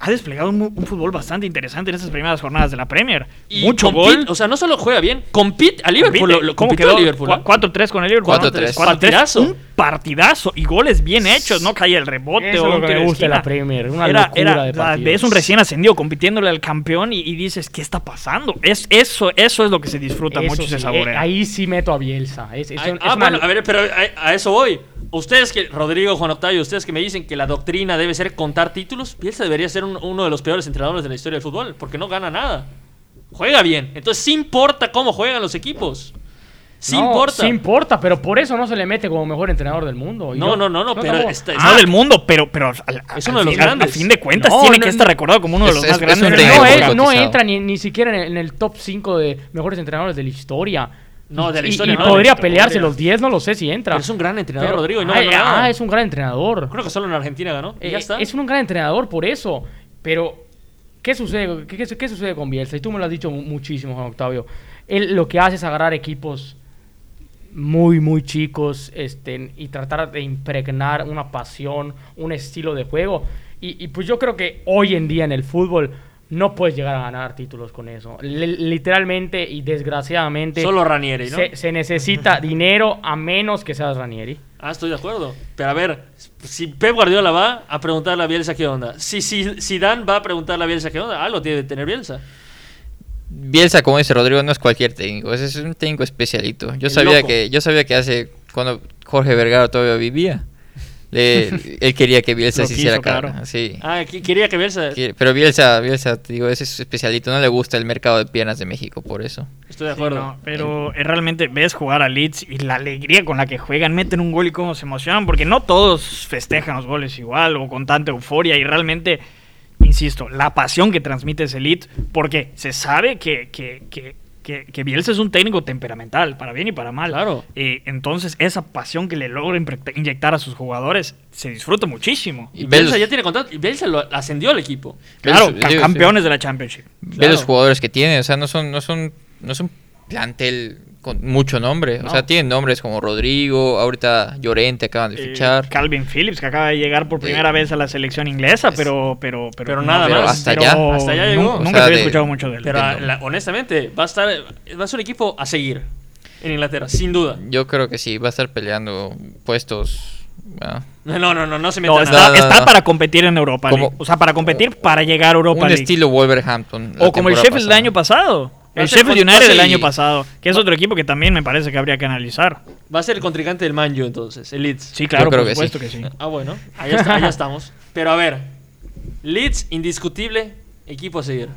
Speaker 3: ha desplegado un, mu- un fútbol bastante interesante en estas primeras jornadas de la Premier.
Speaker 1: Y
Speaker 3: Mucho
Speaker 1: compite-
Speaker 3: gol.
Speaker 1: O sea, no solo juega bien, compite a Liverpool.
Speaker 3: Compite.
Speaker 1: Lo, lo
Speaker 3: ¿Cómo
Speaker 1: compitió
Speaker 3: quedó?
Speaker 1: a Liverpool. ¿eh?
Speaker 3: Cu- 4-3 con el Liverpool.
Speaker 4: 4-3.
Speaker 3: 4-3.
Speaker 1: Partidazo.
Speaker 3: Un partidazo. Y goles bien hechos. No caía el rebote.
Speaker 2: Eso
Speaker 3: o
Speaker 2: es lo
Speaker 3: un
Speaker 2: que
Speaker 3: tiro
Speaker 2: me
Speaker 3: de
Speaker 2: gusta de la
Speaker 3: esquina.
Speaker 2: Premier, una locura de
Speaker 3: o sea,
Speaker 2: partidos.
Speaker 3: Es un recién ascendido compitiéndole al campeón y, y dices, ¿qué está pasando? Es, eso, eso es lo que se disfruta
Speaker 2: Eso
Speaker 3: mucho y se
Speaker 2: sí, eh,
Speaker 3: saborea.
Speaker 2: ahí sí meto a Bielsa. Es, es
Speaker 1: Ay,
Speaker 2: un-
Speaker 1: ah,
Speaker 2: es una-
Speaker 1: bueno, a ver, pero a, a eso voy. Ustedes que, Rodrigo, Juan Octavio, ustedes que me dicen que la doctrina debe ser contar títulos, Bielsa debería ser un- uno de los peores entrenadores de la historia del fútbol, porque no gana nada. Juega bien. Entonces sí importa cómo juegan los equipos. Sí
Speaker 2: No,
Speaker 1: importa.
Speaker 2: Sí importa, pero por eso no se le mete como mejor entrenador del mundo. Y
Speaker 1: No,
Speaker 2: yo-
Speaker 1: no, no, no, pero
Speaker 2: tampoco-
Speaker 1: está-
Speaker 3: Ah, no del mundo, pero, pero al,
Speaker 1: Es
Speaker 3: al
Speaker 1: uno de los
Speaker 3: fin- al-
Speaker 1: grandes.
Speaker 3: a fin de cuentas
Speaker 2: No,
Speaker 3: tiene
Speaker 2: no,
Speaker 3: que estar
Speaker 2: no.
Speaker 3: recordado como uno de
Speaker 4: Es-
Speaker 3: los
Speaker 4: es-
Speaker 3: más
Speaker 4: es
Speaker 3: grandes.
Speaker 4: un
Speaker 3: del
Speaker 2: Pero no,
Speaker 4: técnico
Speaker 3: mundo.
Speaker 2: eh,
Speaker 4: cotizado.
Speaker 2: no entra ni, ni siquiera en el, en el top 5 de mejores entrenadores de la historia.
Speaker 1: No, de la
Speaker 2: Y-
Speaker 1: historia,
Speaker 2: Y,
Speaker 1: no, de la
Speaker 2: podría
Speaker 1: historia.
Speaker 2: pelearse los 10, no lo sé si entra.
Speaker 1: Pero es un gran entrenador,
Speaker 2: Pero-
Speaker 1: Rodrigo, y no
Speaker 2: Ay,
Speaker 1: ganó nada.
Speaker 2: ah, es un gran entrenador.
Speaker 1: Creo que solo en Argentina ganó. y
Speaker 2: Eh,
Speaker 1: ya está.
Speaker 2: Es un gran entrenador por eso. Pero, ¿qué sucede, qué, qué- qué sucede con Bielsa? Y tú me lo has dicho mu- muchísimo, Juan Octavio. Él lo que hace es agarrar equipos muy, muy chicos este, y tratar de impregnar una pasión, un estilo de juego. Y, y pues yo creo que hoy en día en el fútbol no puedes llegar a ganar títulos con eso. Le- literalmente y desgraciadamente
Speaker 1: Solo Ranieri, ¿no?
Speaker 2: se, se necesita dinero a menos que seas Ranieri.
Speaker 1: Ah, estoy de acuerdo. Pero a ver, si Pep Guardiola va a preguntarle a Bielsa qué onda, si, si Zidane va a preguntarle a Bielsa qué onda, algo tiene que tener Bielsa.
Speaker 4: Bielsa, como dice Rodrigo, no es cualquier técnico, ese es un técnico especialito. Yo
Speaker 1: El
Speaker 4: sabía
Speaker 1: loco.
Speaker 4: que yo sabía que hace cuando Jorge Vergara todavía vivía, le- él quería que Bielsa
Speaker 3: Lo
Speaker 4: se hiciera
Speaker 3: quiso, claro.
Speaker 4: cara, sí.
Speaker 1: Ah, que- quería que Bielsa...
Speaker 4: Quiere- Pero Bielsa, Bielsa, te digo, ese es su especialito, no le gusta el mercado de piernas de México, por eso.
Speaker 1: Estoy de
Speaker 3: Sí,
Speaker 1: acuerdo.
Speaker 3: no, pero eh, realmente ves jugar a Leeds y la alegría con la que juegan, meten un gol y cómo se emocionan, porque no todos festejan los goles igual o con tanta euforia y realmente, insisto, la pasión que transmite ese Leeds, porque se sabe que, que, que, que- que Bielsa es un técnico temperamental, para bien y para mal.
Speaker 1: Claro.
Speaker 3: Eh, entonces esa pasión que le logra impre- inyectar a sus jugadores se disfruta muchísimo.
Speaker 1: Y
Speaker 4: Y
Speaker 1: Bielsa
Speaker 4: ves-
Speaker 1: ya tiene contrato. Y Bielsa lo ascendió al equipo.
Speaker 3: Claro,
Speaker 4: Ves-
Speaker 3: ca-
Speaker 4: digo, sí.
Speaker 3: campeones de la Championship.
Speaker 4: Ve
Speaker 1: Claro.
Speaker 4: los jugadores que tiene, o sea, no son, no son, no es un plantel con mucho nombre, o sea, tienen nombres como Rodrigo, ahorita Llorente acaban de
Speaker 3: Eh,
Speaker 4: fichar.
Speaker 3: Calvin Phillips, que acaba de llegar por primera
Speaker 4: Eh,
Speaker 3: vez a la selección inglesa,
Speaker 4: es-
Speaker 3: pero, pero, pero,
Speaker 1: pero nada
Speaker 4: Pero
Speaker 1: más.
Speaker 4: hasta allá.
Speaker 1: Hasta allá llegó.
Speaker 3: nun-
Speaker 1: O
Speaker 3: Nunca
Speaker 4: sea,
Speaker 3: se había
Speaker 4: de-
Speaker 3: escuchado mucho de él.
Speaker 1: Pero
Speaker 4: Entiendo.
Speaker 1: la- honestamente, va a estar. Va a ser un equipo a seguir en Inglaterra, sin duda.
Speaker 4: Yo creo que sí, va a estar peleando puestos. bueno,
Speaker 1: No, no, no, no, no se
Speaker 3: No,
Speaker 1: metan nada.
Speaker 3: está,
Speaker 4: no, no,
Speaker 3: está
Speaker 4: no.
Speaker 3: para competir en Europa
Speaker 4: Como-
Speaker 3: League. O sea, para competir para llegar a Europa
Speaker 4: un
Speaker 3: League.
Speaker 4: estilo Wolverhampton. la
Speaker 3: o como el
Speaker 4: temporada
Speaker 3: Sheffield del
Speaker 4: pasada.
Speaker 3: año pasado.
Speaker 1: Va a
Speaker 3: El
Speaker 1: ser
Speaker 3: Sheffield
Speaker 1: con- va a
Speaker 3: United del
Speaker 4: ser-
Speaker 3: año pasado, que es otro equipo que también me parece que habría que analizar.
Speaker 1: Va a ser el contrincante del Manju entonces, el Leeds.
Speaker 3: Sí, claro,
Speaker 4: creo
Speaker 3: por
Speaker 4: que sí.
Speaker 3: supuesto que sí.
Speaker 1: Ah, bueno. Allá, está- allá estamos. Pero a ver. Leeds, indiscutible, equipo a seguir.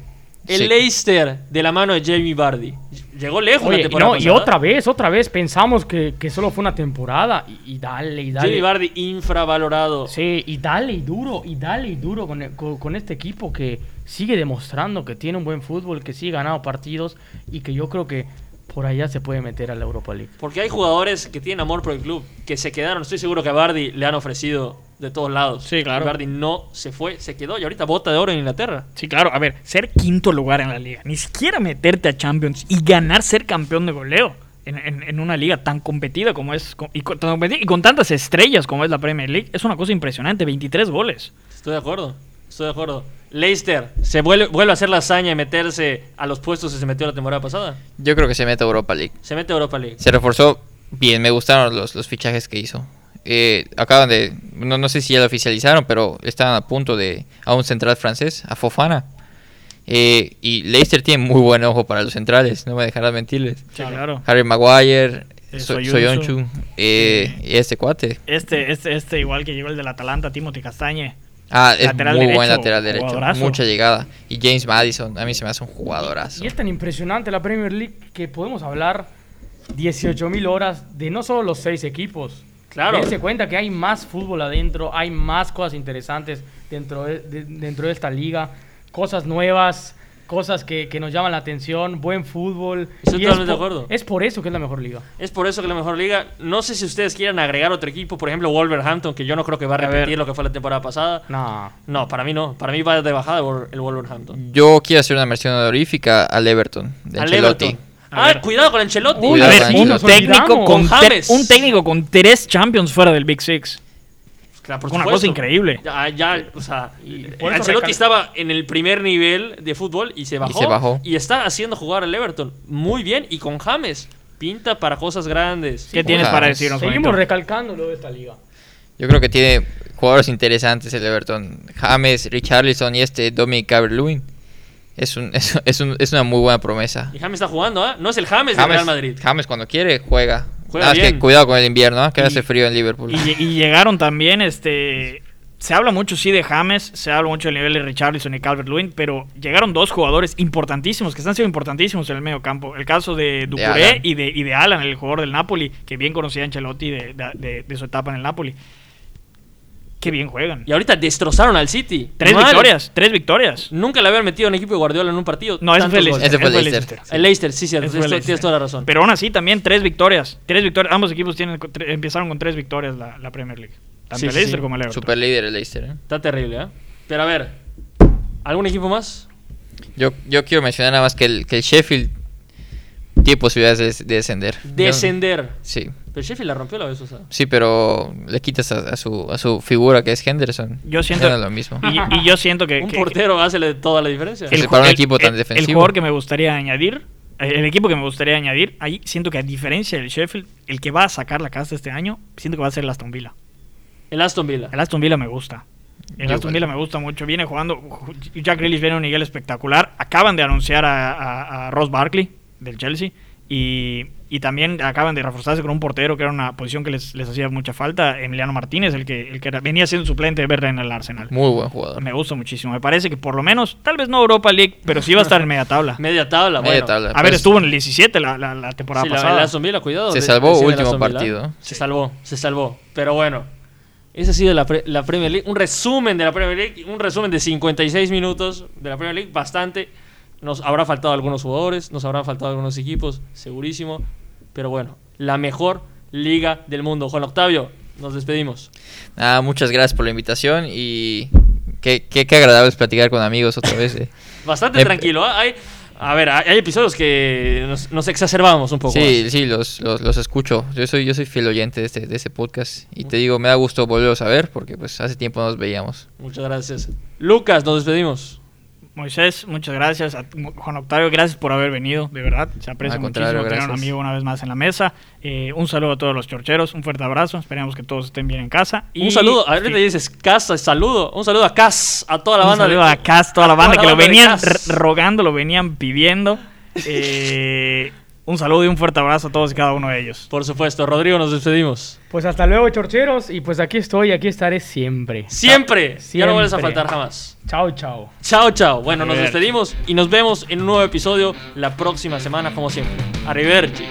Speaker 1: El
Speaker 4: Sí.
Speaker 1: Leicester de la mano de Jamie Vardy. Llegó lejos la
Speaker 2: Oye,
Speaker 1: temporada.
Speaker 2: no, y
Speaker 1: pasada.
Speaker 2: otra vez, otra vez, pensamos que, que solo fue una temporada y, y dale, y dale.
Speaker 1: Jamie Vardy infravalorado.
Speaker 2: Sí, y dale y duro, y dale y duro con, el- con- con este equipo que sigue demostrando que tiene un buen fútbol, que sigue ganando partidos y que yo creo que por allá se puede meter a la Europa League.
Speaker 1: Porque hay jugadores que tienen amor por el club, que se quedaron. Estoy seguro que a Bardi le han ofrecido de todos lados.
Speaker 3: Sí, claro.
Speaker 1: Y Bardi no se fue, se quedó y ahorita bota de oro en Inglaterra.
Speaker 3: Sí, claro. A ver, ser quinto lugar en la liga, ni siquiera meterte a Champions y ganar ser campeón de goleo en, en- en una liga tan competida como es co- y con, tan competida y con tantas estrellas como es la Premier League, es una cosa impresionante. 23 goles.
Speaker 1: Estoy de acuerdo, estoy de acuerdo. Leicester, ¿se vuelve, vuelve a hacer la hazaña de meterse a los puestos que se metió la temporada pasada?
Speaker 4: Yo creo que se mete a Europa League.
Speaker 1: Se mete a Europa League.
Speaker 4: Se reforzó bien, me gustaron los, los fichajes que hizo. Eh, acaban de, no, no sé si ya lo oficializaron, pero estaban a punto de a un central francés, a Fofana. Eh, y Leicester tiene muy buen ojo para los centrales, no me dejarás mentirles.
Speaker 3: Sí, claro.
Speaker 4: Harry Maguire,
Speaker 3: Eh,
Speaker 4: So-
Speaker 3: Soyuncu.
Speaker 4: Soyuncu, eh, y este cuate.
Speaker 3: Este, este, este igual que llegó el del Atalanta, Timothy Castañe.
Speaker 4: Ah, es
Speaker 3: Lateral
Speaker 4: muy buen
Speaker 3: derecho,
Speaker 4: lateral derecho,
Speaker 3: jugadorazo.
Speaker 4: mucha llegada. Y James Madison, a mí se me hace un jugadorazo.
Speaker 2: Y
Speaker 3: este?
Speaker 2: es tan impresionante la Premier League que podemos hablar 18.000 horas de no solo los seis equipos.
Speaker 1: Claro.
Speaker 2: Dense cuenta que hay más fútbol adentro, hay más cosas interesantes dentro de, de- dentro de esta liga. cosas nuevas, cosas que, que nos llaman la atención, buen fútbol.
Speaker 1: Estoy
Speaker 2: Y es
Speaker 1: totalmente de
Speaker 2: po-
Speaker 1: acuerdo.
Speaker 2: Es por eso que es la mejor liga.
Speaker 1: Es por eso que la mejor liga. No sé si ustedes quieran agregar otro equipo, por ejemplo Wolverhampton, que yo no creo que va a
Speaker 3: A ver.
Speaker 1: repetir lo que fue la temporada pasada.
Speaker 2: No.
Speaker 1: No, para mí no. Para mí va de bajada el Wol- el Wolverhampton.
Speaker 4: Yo quiero hacer una mención honorífica al Everton,
Speaker 3: Mm.
Speaker 4: de
Speaker 1: Al
Speaker 4: Ancelotti.
Speaker 1: Everton. Ah, cuidado con Ancelotti.
Speaker 2: Uy,
Speaker 3: a
Speaker 4: Cuidado
Speaker 3: ver,
Speaker 4: con
Speaker 3: un
Speaker 4: Ancelotti.
Speaker 3: técnico, con
Speaker 1: Con
Speaker 3: tre-
Speaker 1: James.
Speaker 3: un técnico con tres Champions fuera del Big Six.
Speaker 1: Pues Claro, por
Speaker 3: Una
Speaker 1: supuesto.
Speaker 3: cosa increíble.
Speaker 1: Ya, ya, o sea,
Speaker 3: por eso
Speaker 1: Ancelotti
Speaker 3: recal-
Speaker 1: estaba en el primer nivel de fútbol y se bajó.
Speaker 4: se bajó.
Speaker 1: y está haciendo jugar al Everton muy bien y con James pinta para cosas grandes.
Speaker 3: ¿Qué tienes
Speaker 4: James.
Speaker 3: para decirnos,
Speaker 2: Seguimos
Speaker 3: Juanito?
Speaker 2: recalcando lo de esta liga.
Speaker 4: Yo creo que tiene jugadores interesantes el Everton. James, Richarlison y este Dominic Calvert-Lewin. Es, un, es, es un- es una muy buena promesa.
Speaker 1: Y James está jugando, ¿ah? No es el James, del Real Madrid.
Speaker 4: James cuando quiere juega.
Speaker 1: Juega
Speaker 4: Nada más
Speaker 1: bien.
Speaker 4: que cuidado con el invierno, ¿ah? que
Speaker 3: Y-
Speaker 4: hace frío en Liverpool.
Speaker 3: Y, lle- y llegaron también, este... Se habla mucho, sí, de James, se habla mucho del nivel de Richarlison y Calvert-Lewin, pero llegaron dos jugadores importantísimos, que están siendo importantísimos en el medio campo. El caso de Ducuré
Speaker 4: Alan.
Speaker 3: y de, y de Alan, el jugador del Napoli, que bien conocía a Ancelotti de, de- de- de su etapa en el Napoli. Qué bien juegan.
Speaker 1: Y ahorita destrozaron al City.
Speaker 3: Tres
Speaker 1: Mal.
Speaker 3: victorias, tres victorias.
Speaker 1: Nunca le habían metido a un equipo de Guardiola en un partido.
Speaker 3: No, ese
Speaker 1: Tantos
Speaker 3: fue el
Speaker 1: goles.
Speaker 3: Leicester.
Speaker 4: Ese fue el
Speaker 3: ese
Speaker 4: Leicester.
Speaker 1: El Leicester, sí, cierto.
Speaker 3: Ese fue el
Speaker 1: Tienes,
Speaker 3: Leicester.
Speaker 1: tienes toda la razón.
Speaker 3: Pero aún así también tres victorias. Tres victorias. Ambos equipos tienen, co- tre- empezaron con tres victorias la, la Premier League. Tanto
Speaker 1: Sí,
Speaker 3: el
Speaker 1: sí,
Speaker 3: Leicester
Speaker 1: sí.
Speaker 3: como el Everton.
Speaker 4: Super líder el Leicester. ¿eh?
Speaker 1: Está terrible, ¿eh? Pero a ver, ¿algún equipo más?
Speaker 4: Yo, yo quiero mencionar nada más que el, que el Sheffield tiene posibilidades de, de descender. Yo-
Speaker 1: Descender.
Speaker 4: sí,
Speaker 1: Pero Sheffield la rompió la vez, o sea.
Speaker 4: sí, pero le quitas a, a su, a su figura que es Henderson.
Speaker 3: Yo siento-
Speaker 4: Ya no es lo mismo.
Speaker 3: Y, y yo siento que...
Speaker 1: Un
Speaker 3: que-
Speaker 1: portero hace la- toda la diferencia.
Speaker 3: que
Speaker 4: Se para un
Speaker 3: ju-
Speaker 4: equipo tan
Speaker 3: el- El
Speaker 4: defensivo.
Speaker 3: jugador que me gustaría añadir... eh, El equipo que me gustaría añadir, ahí siento que a diferencia del Sheffield, el que va a sacar la casa este año, siento que va a ser el Aston Villa.
Speaker 1: El Aston Villa.
Speaker 3: El Aston Villa me gusta. El
Speaker 4: Yo
Speaker 3: Aston
Speaker 4: igual.
Speaker 3: Villa me gusta mucho. Viene jugando. Jack Grealish viene a un nivel espectacular. Acaban de anunciar a, a- a Ross Barkley del Chelsea. Y, y también acaban de reforzarse con un portero que era una posición que les, les hacía mucha falta. Emiliano Martínez, el que, el que era- venía siendo suplente de Verde en el Arsenal.
Speaker 4: Muy buen jugador.
Speaker 3: Me gusta muchísimo. Me parece que por lo menos, tal vez no Europa League, pero sí va a estar en media tabla.
Speaker 1: Media tabla,
Speaker 4: Media
Speaker 1: bueno.
Speaker 4: tabla.
Speaker 3: A ver,
Speaker 4: Pues,
Speaker 3: estuvo en el 17 la, la- la temporada
Speaker 1: Sí, la-
Speaker 3: pasada.
Speaker 1: el Aston Villa, cuidado.
Speaker 4: Se
Speaker 1: de-
Speaker 4: salvó
Speaker 1: decía el
Speaker 4: último
Speaker 1: Aston Villa. ¿eh?
Speaker 4: partido.
Speaker 1: Se salvó, se salvó. Pero bueno, esa ha sido la, pre- la Premier League. Un resumen de la Premier League. Un resumen de 56 minutos de la Premier League. Bastante. Nos habrá faltado algunos jugadores, nos habrán faltado algunos equipos, segurísimo. Pero bueno, la mejor liga del mundo. Juan Octavio, nos despedimos.
Speaker 4: nada, Ah, muchas gracias por la invitación y qué, qué, qué agradable es platicar con amigos otra vez. eh.
Speaker 1: Bastante
Speaker 4: Eh,
Speaker 1: tranquilo. ¿ah? Hay, a ver, hay, hay episodios que nos, nos exacerbamos un poco. ¿ah?
Speaker 4: Sí, sí, los, los, los escucho. Yo soy, yo soy fiel oyente de este, de este podcast y te digo, me da gusto volverlos a ver porque pues hace tiempo nos veíamos.
Speaker 1: Muchas gracias. Lucas, nos despedimos.
Speaker 3: Moisés, muchas gracias. A- Mo- Juan Octavio, gracias por haber venido, de verdad. Se aprecia
Speaker 4: Al
Speaker 3: muchísimo
Speaker 4: contrario,
Speaker 3: tener un
Speaker 4: gracias.
Speaker 3: amigo una vez más en la mesa. Eh, un saludo a todos los chorcheros, un fuerte abrazo. Esperemos que todos estén bien en casa.
Speaker 1: Un saludo, a ver, te
Speaker 3: sí,
Speaker 1: dices casa, saludo. Un saludo a Cas, a toda la
Speaker 3: un
Speaker 1: banda.
Speaker 3: saludo
Speaker 1: de,
Speaker 3: a Cas, toda la
Speaker 1: toda
Speaker 3: banda
Speaker 1: la
Speaker 3: que lo
Speaker 1: banda de
Speaker 3: venían
Speaker 1: Cas.
Speaker 3: r- rogando, lo venían pidiendo. Eh, un saludo y un fuerte abrazo a todos y cada uno de ellos.
Speaker 1: Por supuesto, Rodrigo, nos despedimos.
Speaker 2: Pues hasta luego, chorcheros. Y pues aquí estoy, aquí estaré siempre.
Speaker 1: Siempre, ya no vuelves a
Speaker 2: Siempre.
Speaker 1: faltar jamás.
Speaker 2: Chao, chao.
Speaker 1: Chao, chao. Bueno, nos
Speaker 3: Arrivederci.
Speaker 1: despedimos y nos vemos en un nuevo episodio la próxima semana, como siempre. Arrivederci.